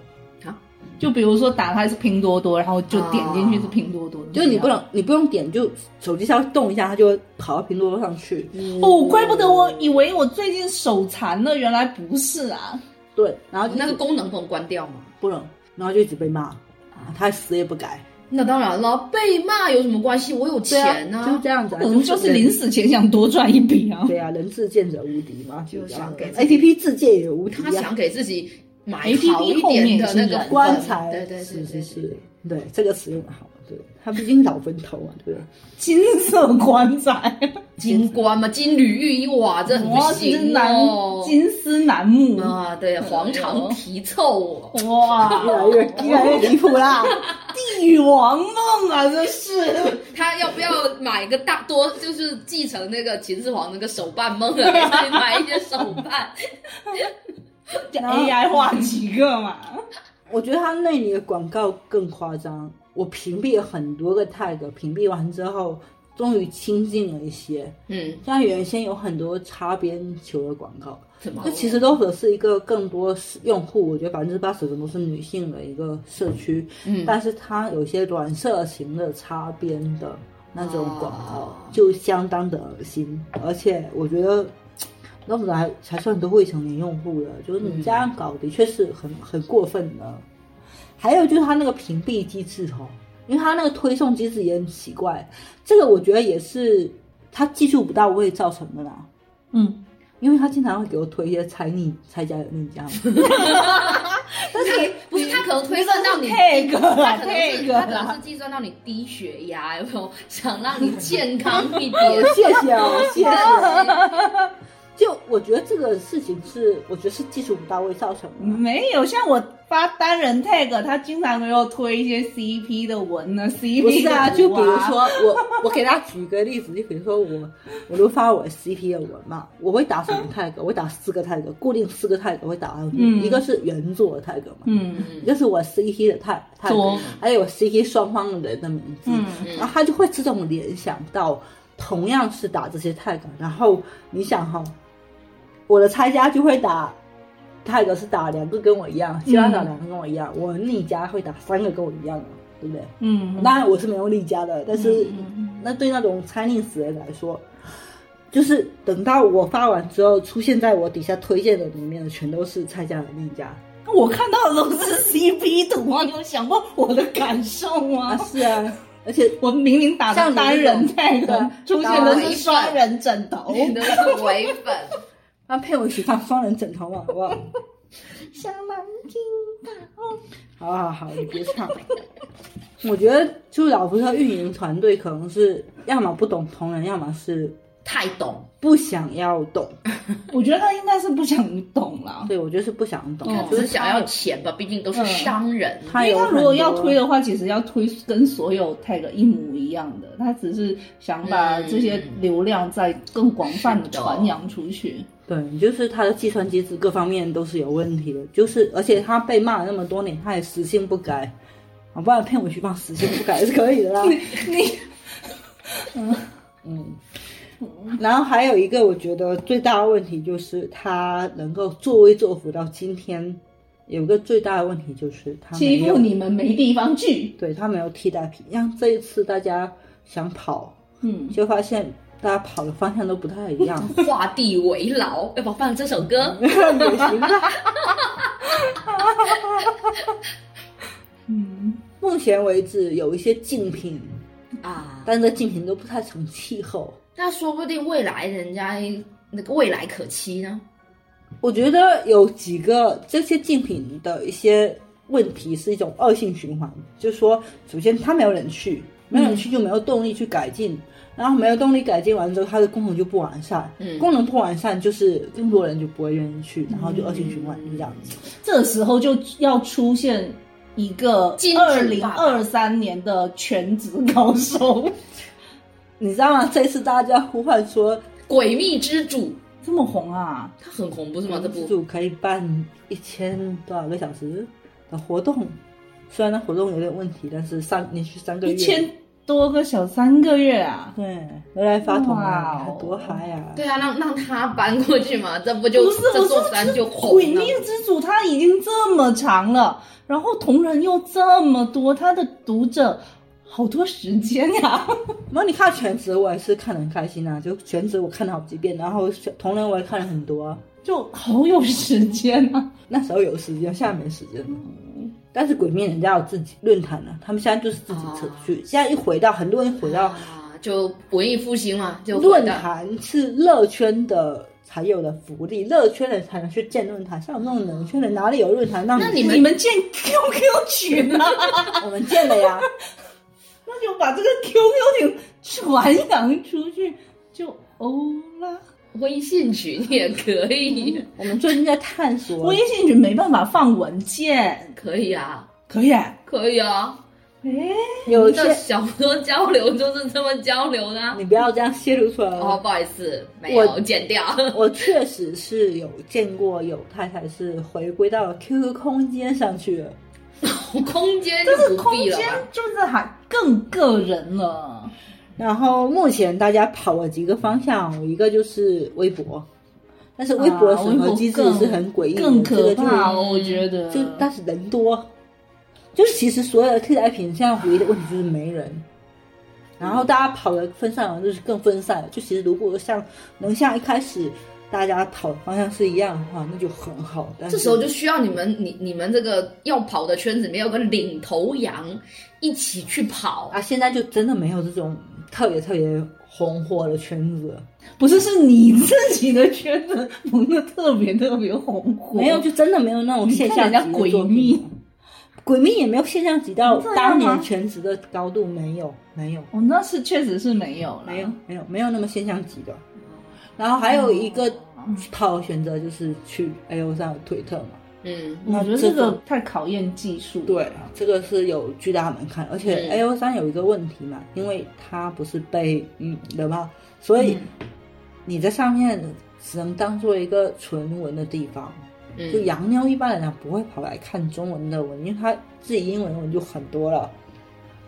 S1: 就比如说打开是拼多多，然后就点进去是拼多多的，
S2: 就是你不能，你不用点，就手机稍微动一下，它就会跑到拼多多上去。
S1: 哦，怪不得我以为我最近手残了，原来不是啊。
S2: 对，然后就
S3: 那个功能不能关掉吗？
S2: 不能，然后就一直被骂，啊，他死也不改，
S3: 那当然了，被骂有什么关系？我有
S2: 对
S3: 钱
S2: 啊，
S3: 啊，
S2: 就是这样子、啊，
S1: 可能就是临
S2: 人。
S1: 死前想多赚一笔啊。
S2: 对啊，人自贱者无敌嘛，
S3: 就是
S2: 这样
S3: 想给自己
S2: A P P 自贱也无敌
S3: 他
S2: 啊。
S3: 想给自己买
S1: APP
S3: 好一点的
S1: 后面
S3: 那
S1: 是
S3: 个
S1: 人
S2: 棺材，
S3: 对对对
S2: 是
S3: 对
S2: 是
S3: 对，
S2: 是，对这个词用的好，对，他毕竟老坟头啊，对不对？
S1: 金色棺材，
S3: 金冠嘛，金缕玉衣，哇，这很
S1: 哇，
S3: 行
S1: 金楠
S3: 哦，
S1: 金丝楠木，
S3: 啊，
S2: 哎
S3: 对，黄肠题凑哦我，
S1: 哇
S2: 越，来越
S3: 哦
S2: 越来越离谱啦！
S1: 帝王梦啊，这是。
S3: 他要不要买个大多，就是继承那个秦始皇那个手办梦啊，给自己买一些手办，
S1: AI 画几个嘛？
S2: 我觉得他那里的广告更夸张，我屏蔽了很多个 tag，屏蔽完之后，终于清静了一些。
S3: 嗯，
S2: 像原先有很多擦边球的广告，
S3: 怎么啊
S2: 这？其实都只是一个更多是用户，我觉得百分之八十都是女性的一个社区，
S3: 嗯
S2: 但是它有一些软色情的擦边的那种广告，
S3: 哦
S2: 就相当的恶心，而且我觉得。那我们来才算都会成年用户的，就是你这样搞的确是很很过分的。还有就是它那个屏蔽机制哦，因为它那个推送机制也很奇怪，这个我觉得也是它技术不到位造成的啦。
S1: 嗯，
S2: 因为他经常会给我推一些猜你猜家有那家，
S3: 但是不是他可能推算到你。
S1: 配个
S3: 他
S1: 啦，
S3: 可能
S1: 配
S3: 是
S1: 个
S3: 他可能
S1: 啦
S3: 是。计算到你低血压有没有？想让你健康一点，
S2: 谢 谢哦，谢谢。
S3: 但是
S2: 就我觉得这个事情是，我觉得是技术不到位造成的。
S1: 没有，像我发单人 tag，他经常给我推一些 CP 的文呢，CP
S2: 不是啊，
S1: 的
S2: 就
S1: 图
S2: 比如说我，我给大家举一个例子，就比如说我，我都发我的 CP 的文嘛，我会打什么 tag？我会打四个 tag，固定四个 tag 我会打上去，
S1: 嗯
S2: 一个是原作的 tag 嘛，
S1: 嗯，
S2: 一个是我 CP 的 tag，
S1: 左
S2: tag，还有 CP 双方的人的名字，
S1: 嗯
S2: 然后他就会自动联想到同样是打这些 tag，然后你想哈、我的拆家就会打 tag 是打两个跟我一样，希望打两个跟我一样，我逆家会打三个跟我一样的，对不对？
S1: 嗯，
S2: 当然我是没有逆家的，但是
S1: 嗯嗯
S2: 那对那种猜逆死人来说。就是等到我发完之后，出现在我底下推荐的里面的全都是蔡家的逆家，
S1: 我看到的都是 CP 图啊，你有想过我的感受吗？
S2: 啊，是啊， 而且
S1: 我明明打
S3: 像
S1: 的
S3: 你那
S1: 单
S3: 种
S1: 人泰的，出现的
S2: 啊
S1: 是双人枕 头，
S3: 你都是伪粉。
S2: 那配我一起放双人枕头嘛，好不好？
S1: 小蓝鲸
S2: 好好好，你别唱。我觉得就是老福特运营团队可能是要么不懂同人，要么是
S3: 太懂，
S2: 不想要懂。
S1: 我觉得他应该是不想懂了，
S2: 对我就是不想懂，
S1: 嗯
S2: 就
S3: 只
S2: 是
S3: 是想要钱吧，毕竟都是商人。
S2: 他
S1: 因
S2: 有
S1: 为他
S2: 很多
S1: 如果要推的话，其实要推跟所有 tag 一模一样的，他只是想把
S3: 嗯，
S1: 这些流量再更广泛的传扬出去。
S2: 对，就是他的计算机制各方面都是有问题的，就是而且他被骂了那么多年，他也死性不改，好不然骗我去放死性不改是可以的啦。
S1: 你
S2: 嗯，然后还有一个我觉得最大的问题就是他能够作威作福到今天，有一个最大的问题就是他没
S1: 欺
S2: 有
S1: 负你们没地方去，
S2: 对他没有替代品，像这一次大家想跑，
S1: 嗯，
S2: 就发现大家跑的方向都不太一 样
S3: 画地为牢，要不要放这首歌？
S2: 也行吧。
S1: 嗯，
S2: 目前为止有一些竞品，
S3: 啊，
S2: 但这竞品都不太成气候。
S3: 那说不定未来人家那个未来可期呢。
S2: 我觉得有几个这些竞品的一些问题是一种恶性循环，就是说，首先他没有人去，没有人去就没有动力去改进，然后没有动力改进完之后，它的功能就不完善，
S3: 嗯
S2: 功能不完善就是更多人就不会愿意去，然后就恶性循环，就这样子。
S1: 这时候就要出现一个
S3: 金
S1: 二
S3: 主
S1: 零
S3: 爸爸
S1: 二三年的全职高手，
S2: 你知道吗？这次大家呼唤说，
S3: 《诡秘之主》
S1: 这么红啊！
S3: 它很红不是吗？这
S2: 自
S3: 部
S2: 主可以办一千多少个小时的活动，虽然那活动有点问题，但是三连续三个月
S1: 一千多个小三个月啊！
S2: 对，如来发筒
S1: 哇
S2: 啊，
S1: 哦
S2: 多嗨呀、啊！
S3: 对啊，让让他搬过去嘛，这不就
S1: 不是，
S3: 这
S1: 我
S3: 座
S1: 说
S3: 山就红
S1: 毁
S3: 了
S1: 灭。之主它已经这么长了，然后同人又这么多，他的读者好多时间呀、
S2: 然后你看全职，我也是看得很开心啊，就全职我看了好几遍，然后同人我也看了很多啊。
S1: 就好有时间啊！
S2: 那时候有时间，现在没时间了。
S1: 嗯
S2: 但是鬼灭人家有自己论坛啊了，他们现在就是自己
S1: 哦
S2: 扯去。现在一回到很多人 回到
S3: 啊，就文艺复兴嘛，就
S2: 论
S3: 回 到
S2: 坛是乐圈的才有的福利，乐圈人才能去建论坛，像我们这种冷圈人哪里有论坛让
S3: 那你
S1: 你们建 QQ 群啊，
S2: 我们建的呀？
S1: 那就把这个 QQ 群传扬出去，就欧啦。
S3: 微信群也可以，
S2: 我们最近在探索
S1: 微信群没办法放文件，
S3: 可以啊，
S1: 可以、
S3: 可以啊。
S1: 哎，
S2: 有一
S3: 这
S2: 些，
S3: 小哥交流就是这么交流的啊。
S2: 你不要这样泄露出来
S3: 哦，
S2: 哦。
S3: 不好意思，没有
S2: 我
S3: 剪掉。
S2: 我确实是有见过有太太是回归到 QQ 空间上去了，
S3: 空间
S1: 但是
S3: 就不
S1: 哎空
S3: 必了啊
S1: 间
S3: 吧。
S1: 就是还更个人了。
S2: 然后目前大家跑了几个方向，一个就是微博，但是微博的审核机制是很诡异的，
S1: 啊更
S2: 这个
S1: 可
S2: 就
S1: 怕，哦
S3: 嗯
S1: 我觉得。
S2: 就但是人多，就是其实所有的替代品现在唯一的问题就是没人。然后大家跑的分散了，就是更分散了。就其实如果像能像一开始大家跑的方向是一样的话，那就很好。但是
S3: 这时候就需要你们，你你们这个要跑的圈子里面有个领头羊，一起去跑。
S2: 啊，现在就真的没有这种特别特别红火的圈子了，
S1: 不是是你自己的圈 子蒙的特别特别红火，
S2: 没有就真的没有那种现象
S1: 你看人
S2: 级
S1: 家
S2: 的作
S1: 鬼
S2: 品
S1: 秘
S2: 了。鬼秘也没有现象级到
S1: 这样
S2: 当年
S1: 吗
S2: 全职的高度，没有，没有，
S1: 我哦那是确实是没有了，
S2: 没有，没有，没有那么现象级的。然后还有一个跑的选择就是去 A O 上有推特嘛，
S3: 嗯，
S1: 我觉得这
S2: 这
S1: 个
S2: 种
S1: 太考验技术了。
S2: 对，啊这个是有巨大门槛，而且
S3: 嗯
S2: A O 三有一个问题嘛，因为它不是被嗯的嘛，所以你在上面只能当做一个纯文的地方。
S3: 嗯
S2: 就洋妞一般来讲不会跑来看中文的文，因为他自己英文文就很多了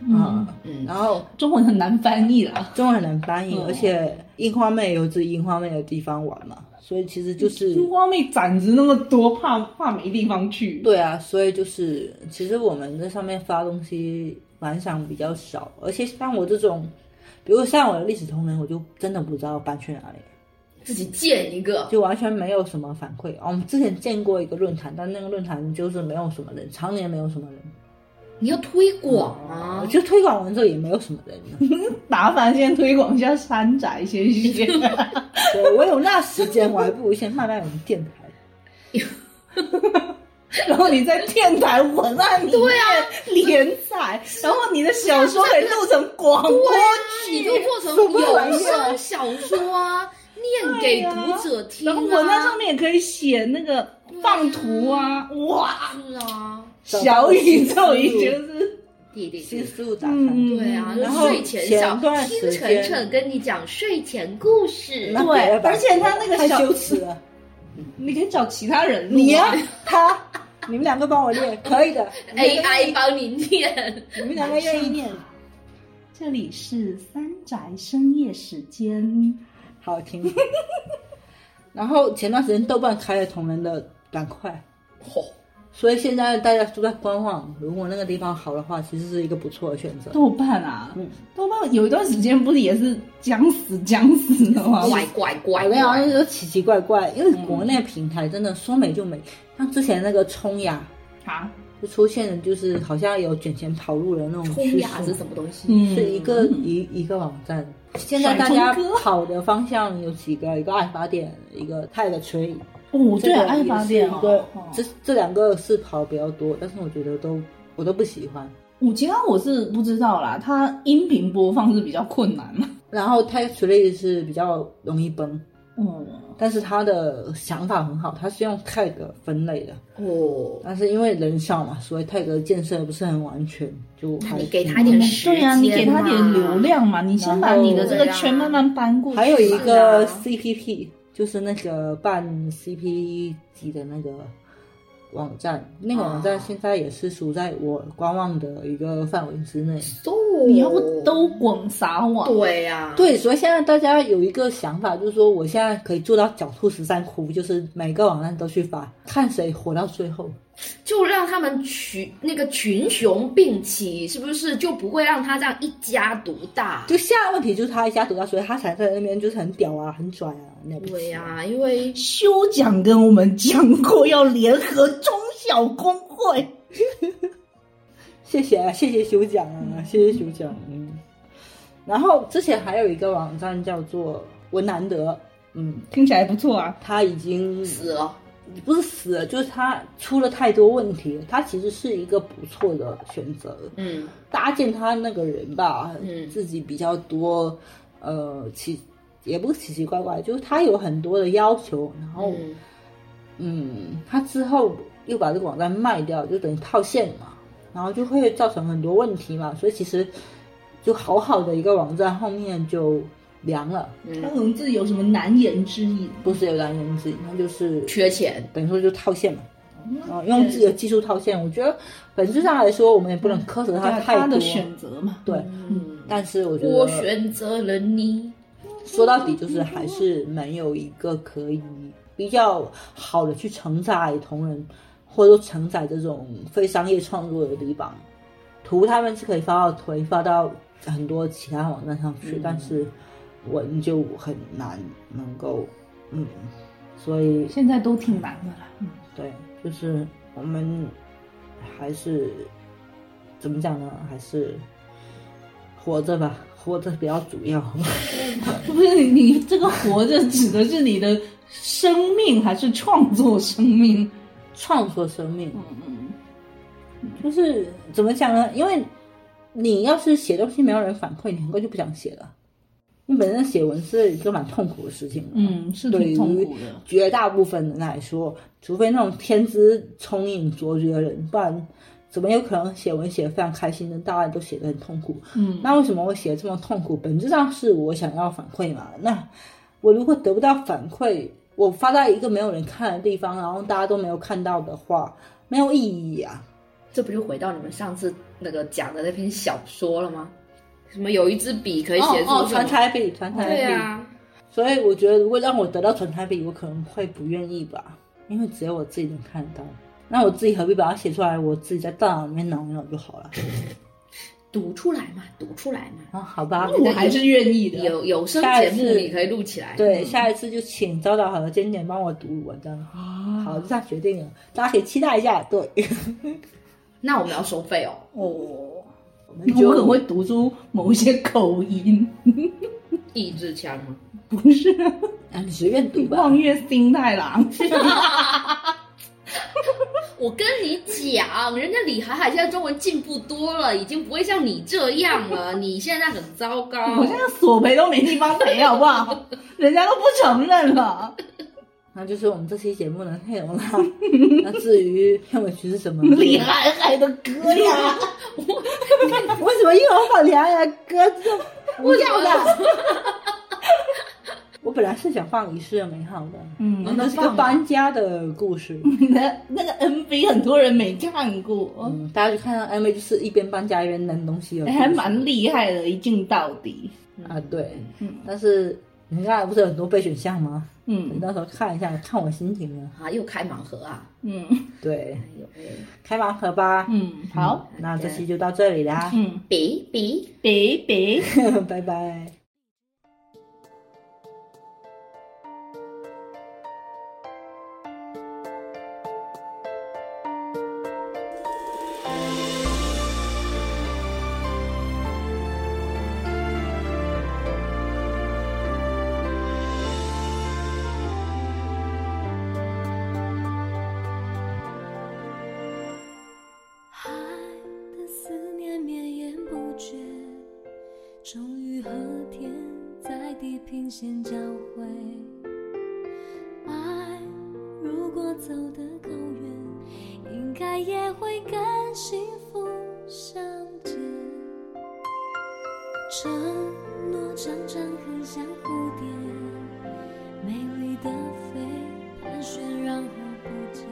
S1: 嗯，
S2: 啊、
S3: 嗯
S2: 然后
S1: 中文很难翻译了。
S2: 中文很难翻译，
S1: 嗯
S2: 而且樱花妹有自己樱花妹的地方玩嘛，所以其实 就是
S1: 樱花妹展子那么多，怕怕没地方去。
S2: 对啊，所以就是其实我们在上面发东西反响比较少，而且像我这种，比如像我的历史同人，我就真的不知道搬去哪里。
S3: 自己建一
S1: 嗯
S3: 个，
S2: 就完全没有什么反馈。哦我们之前见过一个论坛，但那个论坛就是没有什么人，常年没有什么人。
S3: 你要推广
S1: 嗯
S3: 啊！
S2: 就推广完之后也没有什么人。
S1: 麻烦先推广一下山宅，谢 谢。
S2: 对我有那时间，我还不如先卖卖我们电台。
S1: 然后你在电台文案里面
S2: 啊
S1: 连载，然后你的小说得录成广播
S2: 啊
S3: 你
S1: 剧
S3: 就，做成
S1: 什么玩
S3: 有
S1: 意儿
S3: 声小说啊，念给读者听
S1: 然后文案上
S3: 啊，
S1: 面也可以写那个放图啊，哇，
S3: 是啊，
S1: 小宇宙已经 是
S3: 对对
S2: 新
S3: 对。
S2: 思路打开。
S1: 嗯
S3: 对啊，
S2: 然
S3: 就
S2: 后
S3: 睡前
S2: 前
S3: 小
S2: 段
S3: 听
S2: 时
S3: 晨
S2: 间
S3: 晨跟你讲睡前故事，
S2: 那
S1: 对
S2: 别了吧
S1: 而且他那个
S2: 太
S1: 小
S2: 羞耻了。
S1: 你可以找其他人录啊
S2: 你呀、他，你们两个帮我练，可以的。你们两个
S3: AI 帮你念，
S2: 你们两个愿意念，
S1: 这里是三宅深夜时间，
S2: 好听。 然后前段时间豆瓣开了同人的板块，
S3: 嚯，
S2: 所以现在大家都在观望。如果那个地方好的话，其实是一个不错的选择。
S1: 豆瓣啊，
S2: 嗯
S1: 豆瓣有一段时间不是也是僵死僵死的吗？
S3: 怪怪怪
S2: 我跟你讲，那
S3: 怪，
S2: 都奇奇怪怪，因为国内平台真的说没就没。像之前那个冲呀，
S1: 啊，
S2: 就出现的就是好像有卷钱跑路的那种
S3: 冲
S2: 趋
S3: 呀是
S2: 势
S3: 什，么东西？
S1: 嗯，
S2: 是一个一一个网站。现在大
S1: 甩
S2: 家
S1: 葱歌
S2: 跑的方向有几个？一个爱发电，一个泰的锤。
S1: 哦，对
S2: 这，个
S1: 爱发电哦
S2: 也是一个
S1: 哦
S2: 这这两个是跑比较多，但是我觉得都我都不喜欢。
S1: 我其他我是不知道啦，它音频播放是比较困难嘛。
S2: 然后泰锤类是比较容易崩，
S1: 嗯，
S2: 但是他的想法很好，他是用 tag 分类的。
S3: 哦，
S2: 但是因为人少嘛，所以泰格建设不是很完全，就
S3: 那
S2: 还
S3: 你给他一点时间
S1: 对呀、你给他点流量嘛，你先把你的这个
S3: 然后
S1: 圈慢慢搬过去。
S2: 还有一个
S3: 是啊
S2: CPP，就是那个办 CP 级的那个网站，那个网站
S3: 哦
S2: 现在也是属在我观望的一个范围之内。
S3: So，
S1: 你要不都广撒网？
S3: 对啊呀，
S2: 对，所以现在大家有一个想法，就是说我现在可以做到狡兔十三窟，就是每个网站都去发，看谁活到最后。
S3: 就让他们群那个群雄并起，是不是就不会让他这样一家独大？
S2: 就下一个问题就是他一家独大，所以他才在那边就是很屌啊，很拽啊，了不起。
S3: 对呀、因为
S1: 修讲跟我们讲过要联合中小工会，
S2: 谢谢啊，谢谢修奖啊，谢谢修奖。嗯，然后之前还有一个网站叫做文南德，嗯，
S1: 听起来不错啊。
S2: 他已经
S3: 死了，
S2: 不是死了，就是他出了太多问题，他其实是一个不错的选择。
S3: 嗯，
S2: 搭建他那个人吧，
S3: 嗯
S2: 自己比较多，呃，奇也不是奇奇怪怪，就是他有很多的要求，然后
S3: 嗯
S2: 嗯，他之后又把这个网站卖掉，就等于套现嘛，然后就会造成很多问题嘛，所以其实就好好的一个网站后面就凉了，
S1: 他
S3: 嗯，
S1: 可能自己有什么难言之隐，
S2: 不是有蓝人之那就是
S3: 缺钱，
S2: 等于说就套现嘛，然后用自己的技术套现，我觉得本质上来说，我们也不能苛责他
S1: 他
S2: 太多，
S1: 他嗯的选择嘛。
S2: 对，
S3: 嗯，
S2: 但是我觉得
S3: 我选择了你，
S2: 说到底就是还是没有一个可以比较好的去承载同人，或者说承载这种非商业创作的地方。图他们是可以发到推发到很多其他网站上去，
S3: 嗯
S2: 但是文就很难能够，嗯，所以
S1: 现在都挺难的啦。嗯
S2: 对，就是我们还是怎么讲呢？还是活着吧，活着比较主要。
S1: 不是你这个活着指的是你的生命还是创作生命？
S2: 创作生命，
S1: 嗯嗯，
S2: 就是怎么讲呢？因为你要是写东西没有人反馈，你很快就不想写了。你本身写文是一个蛮痛苦的事情，，
S1: 嗯，是
S2: 对
S1: 挺痛
S2: 于
S1: 苦的。
S2: 绝大部分人来说，除非那种天资聪颖卓绝的人，不然怎么有可能写文写得非常开心呢？大家都写得很痛苦。
S1: 嗯，
S2: 那为什么我写得这么痛苦？本质上是我想要反馈嘛。那我如果得不到反馈，我发在一个没有人看的地方，然后大家都没有看到的话，没有意义啊。
S3: 这不就回到你们上次那个讲的那篇小说了吗？什么有一支笔可以写出
S2: 哦
S3: 什
S2: 哦，
S3: 么
S2: 传彩笔，传彩笔。
S3: 对啊，
S2: 所以我觉得，如果让我得到传彩笔，我可能会不愿意吧，因为只有我自己能看得到。那我自己何必把它写出来？我自己在大脑里面挠一挠就好了。
S3: 读出来嘛，读出来嘛。
S2: 啊，好吧，
S1: 我还是愿意的。
S3: 有有声
S2: 下一
S3: 节
S2: 次
S3: 目你可以录起来，
S2: 对，
S3: 嗯
S2: 下一次就请周导和尖尖帮我读文章。
S1: 啊嗯
S2: 好，就这样决定了，大家可以期待一下。对，
S3: 那我们要收费哦。
S1: 哦，
S2: 我们
S1: 那我可能会读出某一些口音，
S3: 励志枪吗？
S1: 不是
S2: 啊，你随便读吧。
S1: 望月新太 郎。
S3: 我跟你讲，人家李海海现在中文进步多了，已经不会像你这样了。你现在很糟糕
S1: 我。现在索赔都没地方赔，好不好？ 人家都不承认了。
S2: 那就是我们这期节目的内 容了。那至于片尾曲是什么，
S1: 李海海的歌呀，
S2: 为什么又要放梁爱的歌？啊这不要的。我本来是想嗯放《一世的美好》的，
S1: 嗯
S2: 然后那是个搬家的故事。
S1: 那那个 MV 很多人没看过，
S2: 嗯，哎大家就看到 MV 就是一边搬家一边扔东西的故事，
S1: 还蛮厉害的，一镜到底。
S2: 啊，对，
S1: 嗯
S2: 但是你刚才不是有很多备选项吗？你
S1: 嗯
S2: 到时候看一下，看我心情了。
S3: 啊，又开盲盒啊！
S1: 嗯
S2: 对
S3: 哎，呦喂，
S2: 开盲盒吧。
S1: 嗯，好，
S2: 嗯，那这期就到这里啦，
S1: 嗯，
S3: 比比。
S1: 别 别。
S2: 拜拜。
S4: 海的思念绵延不绝，终于和天在地平线交汇。爱如果走得够远，应该也会跟幸福相见。承诺常常很像蝴蝶，美丽的飞，盘旋然后不见。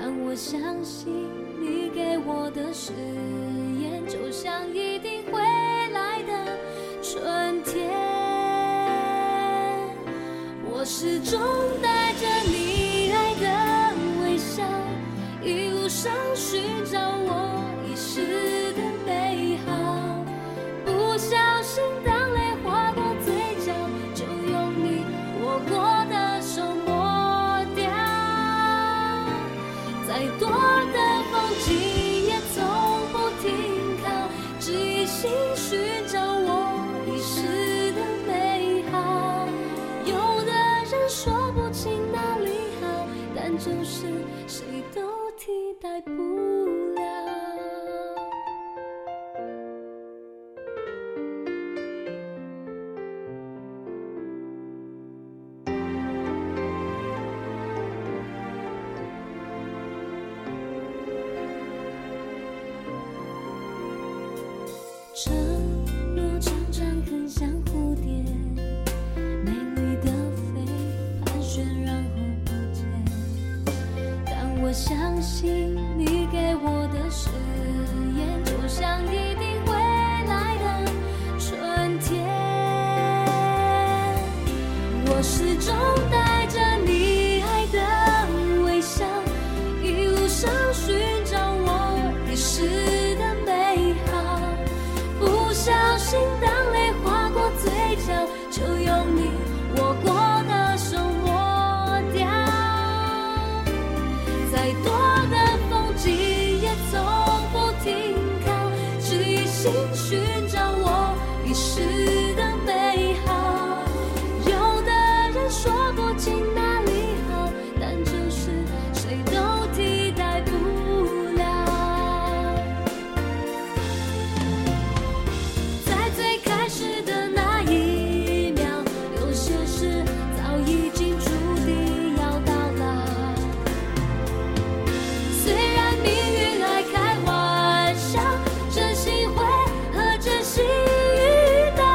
S4: 但我相信你给我的誓言，就像一定会来的春天。我始终带着你爱的微笑，一路上寻找我遗失的美好。不小心，当泪划过嘴角，就用你握过的手抹掉。再多的风景也从不停靠，只一心寻找我遗失的美好。有的人说不清哪里好，但就是谁都替代不了。承诺常常很像蝴蝶，美丽的飞，盘旋然后不见。但我相信你给我的誓言，就像一定会来的春天。我始终带着你爱的微笑，一路上寻找我遗失的美好。不小心，当泪划过嘴角，就用你握过的手抹掉。再多的风景也从不停靠，只一心寻找我遗失的美好。有的人说不清哪里好，但就是谁都替代不了。在最开始的那一秒，有些事早已经注定要到老。虽然命运爱开玩笑，真心会和真心遇到。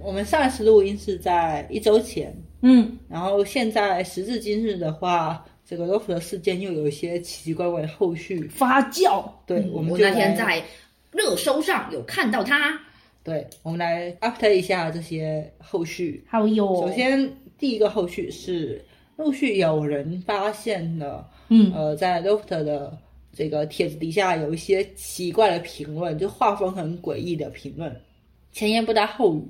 S2: 我们上一次录音是在一周前，
S1: 嗯，
S2: 然后现在时至今日的话，这个罗浮的事件又有一些奇奇怪怪的后续。
S1: 发酵，
S2: 对，
S3: 嗯
S2: 我
S3: 我
S2: 们就
S3: 那天
S2: 来
S3: 在热搜上有看到他，
S2: 对，我们来 update 一下这些后续。
S1: 还有，
S2: 首，先，第一个后续是陆续有人发现了，
S1: 嗯
S2: 呃，在 Loft 的这个帖子底下有一些奇怪的评论，就画风很诡异的评论，前言不搭后语。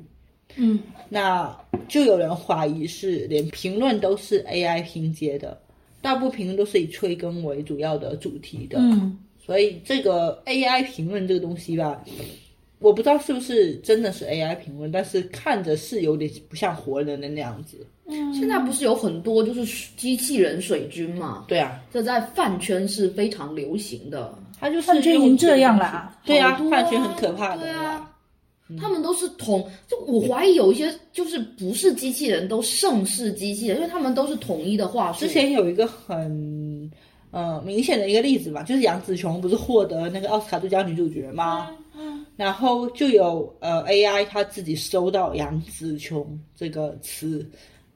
S1: 嗯，
S2: 那就有人怀疑是连评论都是 AI 拼接的，大部分评论都是以催更为主要的主题的。
S1: 嗯，
S2: 所以这个 AI 评论这个东西吧，我不知道是不是真的是 AI 评论，但是看着是有点不像活人的那样子。
S3: 现在不是有很多就是机器人水军嘛，
S2: 对啊，
S3: 这在饭圈是非常流行的。
S2: 他就是
S1: 饭圈已经这样了啊
S2: 对啊
S3: 好多，
S2: 饭圈很可怕的。
S3: 对啊，他们都是同，就我怀疑有一些就是不是机器人，都胜似机器人，因为他们都是统一的话术。
S2: 之前有一个很呃明显的一个例子嘛，就是杨紫琼不是获得那个奥斯卡最佳女主角吗？然后就有呃 AI 他自己搜到“杨紫琼”这个词，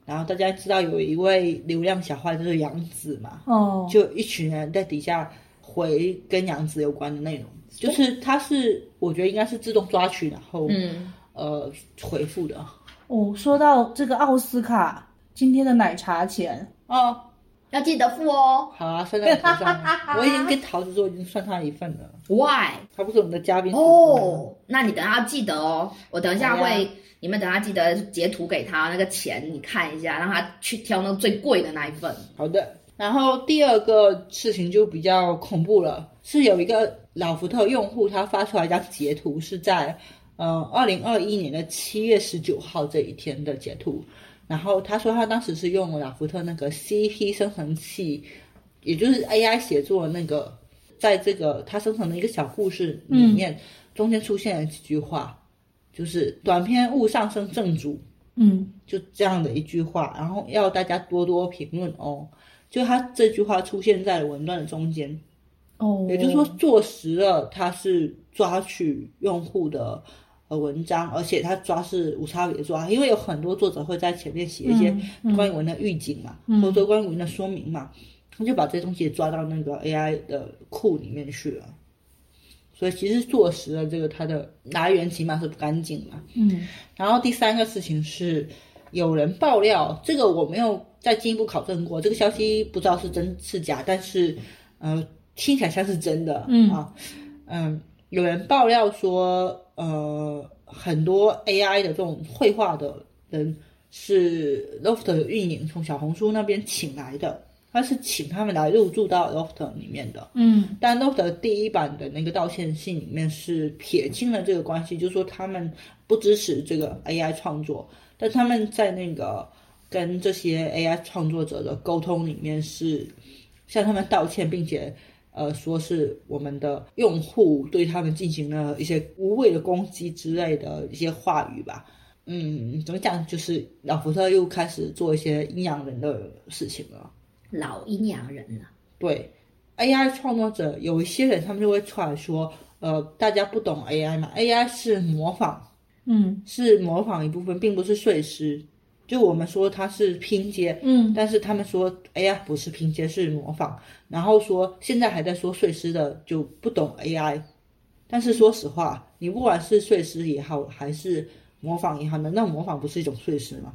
S2: 然后大家知道有一位流量小花就是杨紫嘛，
S1: 哦，
S2: 就一群人在底下回跟杨紫有关的内容，就是它是我觉得应该是自动抓取，然后、
S3: 嗯，
S2: 呃回复的
S1: 哦，说到这个奥斯卡今天的奶茶钱，
S2: 哦。
S3: 要记得付哦。
S2: 好啊，算在我头上了。我已经跟桃子说，已经算他一份了。
S3: Why？
S2: 他不是我们的嘉宾
S3: 哦，那你等下记得哦，我等一下
S2: 好
S3: 会
S2: 嗯呀，
S3: 你们等下记得截图给他那个钱，你看一下，让他去挑那个最贵的那一份。
S2: 好的，然后第二个事情就比较恐怖了，是有一个老福特用户他发出来一张截图，是在呃二零二一年的七月十九号这一天的截图。然后他说他当时是用老福特那个 CP 生成器，也就是 AI 写作的那个，在这个他生成的一个小故事里面，中间出现了几句话，就是短篇勿上升正主，
S1: 嗯，
S2: 就这样的一句话，然后要大家多多评论哦。就他这句话出现在了文段的中间，
S1: 哦，
S2: 也就是说，坐实了他是抓取用户的呃文章，而且他抓是无差别抓，因为有很多作者会在前面写一些
S1: 嗯
S2: 关于文的预警嘛，或者说关于文的说明嘛，他就把这些东西也抓到那个 AI 的库里面去了。所以其实坐实了这个它的来源起码是不干净嘛，
S1: 嗯，
S2: 然后第三个事情是，有人爆料，这个我没有再进一步考证过，这个消息不知道是真是假，但是，呃，听起来像是真的，
S1: 嗯
S2: 啊，嗯，有人爆料说，呃，很多 AI 的这种绘画的人是 Loft 的运营从小红书那边请来的，他是请他们来入驻到 Loft 里面的，
S1: 嗯，
S2: 但 Note 的第一版的那个道歉信里面是撇清了这个关系，就说他们不支持这个 AI 创作，但他们在那个跟这些 AI 创作者的沟通里面是向他们道歉，并且呃说是我们的用户对他们进行了一些无谓的攻击之类的一些话语吧。嗯，怎么讲？就是老福特又开始做一些阴阳人的事情了。
S3: 老阴阳人啊，
S2: 对 AI 创作者，有一些人他们就会出来说，呃，大家不懂 AI 嘛，AI 是模仿，
S1: 嗯，
S2: 是模仿一部分，并不是碎尸。就我们说它是拼接，
S1: 嗯，
S2: 但是他们说 AI 不是拼接，是模仿，然后说现在还在说碎尸的就不懂 AI。但是说实话，你不管是碎尸也好，还是模仿也好，难道模仿不是一种碎尸吗？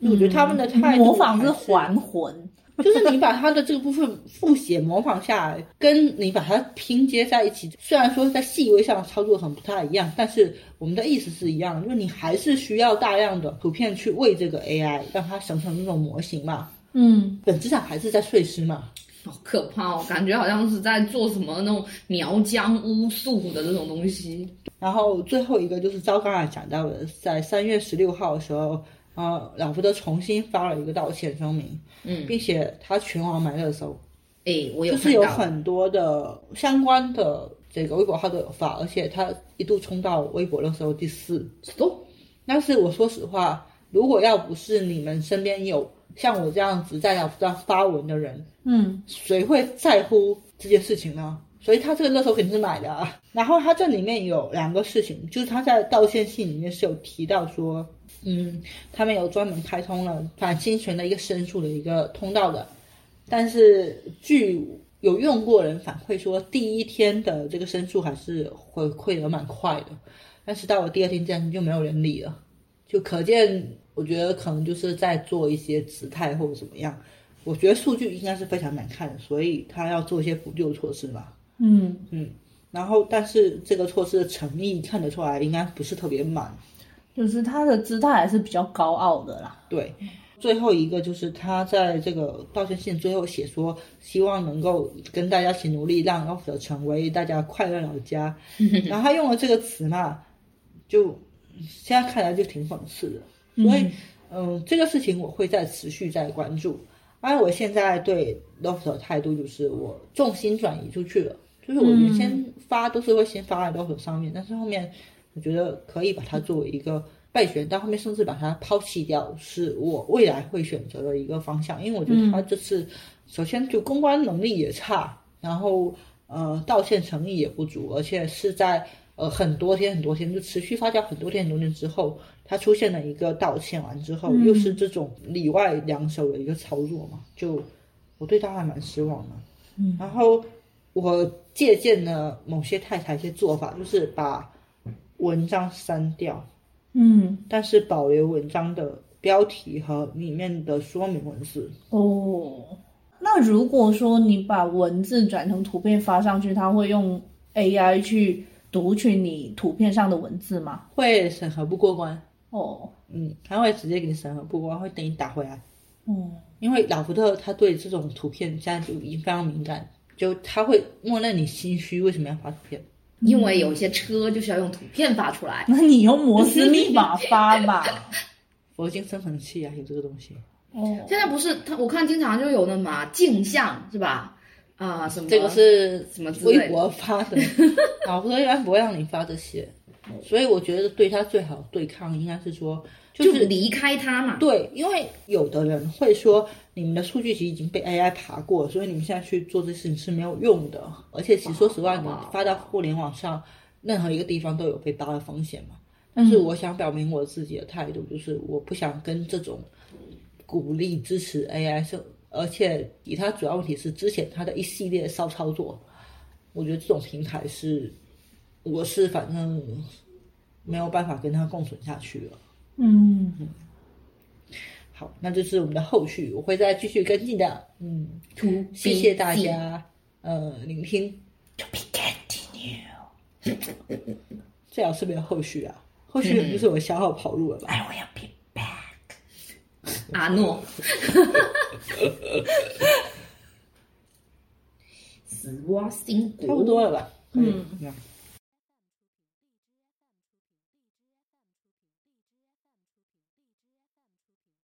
S2: 就我觉得他们的态度
S1: 嗯模仿是
S2: 还
S1: 还魂，
S2: 就是你把它的这个部分复写模仿下来，跟你把它拼接在一起，虽然说在细微上操作很不太一样，但是我们的意思是一样的，就是你还是需要大量的图片去喂这个 AI，让它生成那种模型嘛，
S1: 嗯，
S2: 本质上还是在碎尸嘛。
S3: 好可怕哦，感觉好像是在做什么那种苗疆巫术的那种东西。
S2: 然后最后一个就是赵刚才讲到的，在三月十六号的时候，呃，老福特重新发了一个道歉声明，
S3: 嗯，
S2: 并且他全网买热搜，
S3: 诶，哎我有
S2: 就是
S3: 看
S2: 有
S3: 到，哦
S2: 很多的相关的这个微博号都有发，而且它一度冲到微博热搜第四。
S3: 哦
S2: 但是我说实话，如果要不是你们身边有像我这样子在小红书上发文的人，
S1: 嗯，
S2: 谁会在乎这件事情呢？所以他这个乐透肯定是买的啊。然后他这里面有两个事情，就是他在道歉信里面是有提到说，嗯，他们有专门开通了反侵权的一个申诉的一个通道的，但是据有用过人反馈说，第一天的这个申诉还是回馈的蛮快的，但是到了第二天这样就没有人理了，就可见我觉得可能就是在做一些姿态或者怎么样。我觉得数据应该是非常难看的，所以他要做一些补救措施嘛。
S1: 嗯，
S2: 嗯，然后但是这个措施的诚意看得出来，应该不是特别满。
S1: 就是他的姿态还是比较高傲的啦。
S2: 对，最后一个就是他在这个道歉信最后写说，希望能够跟大家一起努力，让 offer 成为大家快乐老家。然后他用了这个词嘛，就现在看来就挺讽刺的。所以，嗯、这个事情我会再持续再关注。而我现在对 Loft 的态度就是，我重心转移出去了，就是我原先发都是会先发在 Loft 上面，但是后面我觉得可以把它作为一个备选，到后面甚至把它抛弃掉，是我未来会选择的一个方向。因为我觉得它这次首先就公关能力也差，然后呃道歉诚意也不足，而且是在呃很多天很多天就持续发酵很多天很多天之后，它出现了一个道歉完之后，又是这种里外两手的一个操作嘛，就我对他还蛮失望的。嗯，然后我借鉴了某些太太一些做法，就是把文章删掉，
S1: 嗯，
S2: 但是保留文章的标题和里面的说明文字。
S1: 哦，那如果说你把文字转成图片发上去，它会用 AI 去读取你图片上的文字吗？
S2: 会审核不过关，
S1: 哦，
S2: 嗯，他会直接给你审核不过关，会等你打回来。
S1: 嗯
S2: 因为老福特他对这种图片现在就已经非常敏感，就他会默认你心虚为什么要发图片。
S3: 因为有一些车就是要用图片发出来。
S1: 那你用摩斯密码发吧。
S2: 佛经生成器啊，有这个东西。
S1: 哦，
S3: 现在不是他，我看经常就有那嘛镜像是吧？啊、什么
S2: 这个是
S3: 什么之类的
S2: 微博发 的，老婆一般不会让你发这些，所以我觉得对他最好对抗应该是说，
S3: 就
S2: 就是
S3: 离开他嘛。
S2: 对，因为有的人会说你们的数据集已经被 AI 爬过，所以你们现在去做这事情是没有用的。而且其实说实话，你发到互联网上，任何一个地方都有被扒的风险嘛。但是我想表明我自己的态度，就是我不想跟这种鼓励支持 AI 是，而且以它主要问题是之前它的一系列骚操作，我觉得这种平台是我是反正没有办法跟它共存下去了。
S1: 嗯，
S2: 好，那这是我们的后续，我会再继续跟进的。嗯，谢谢大家，呃，聆听。最好是没有后续啊，后续不是我消耗跑路了吧？
S1: 我要变。
S3: 阿诺，死我辛苦，
S2: 差不多了吧？
S1: 嗯
S2: 嗯，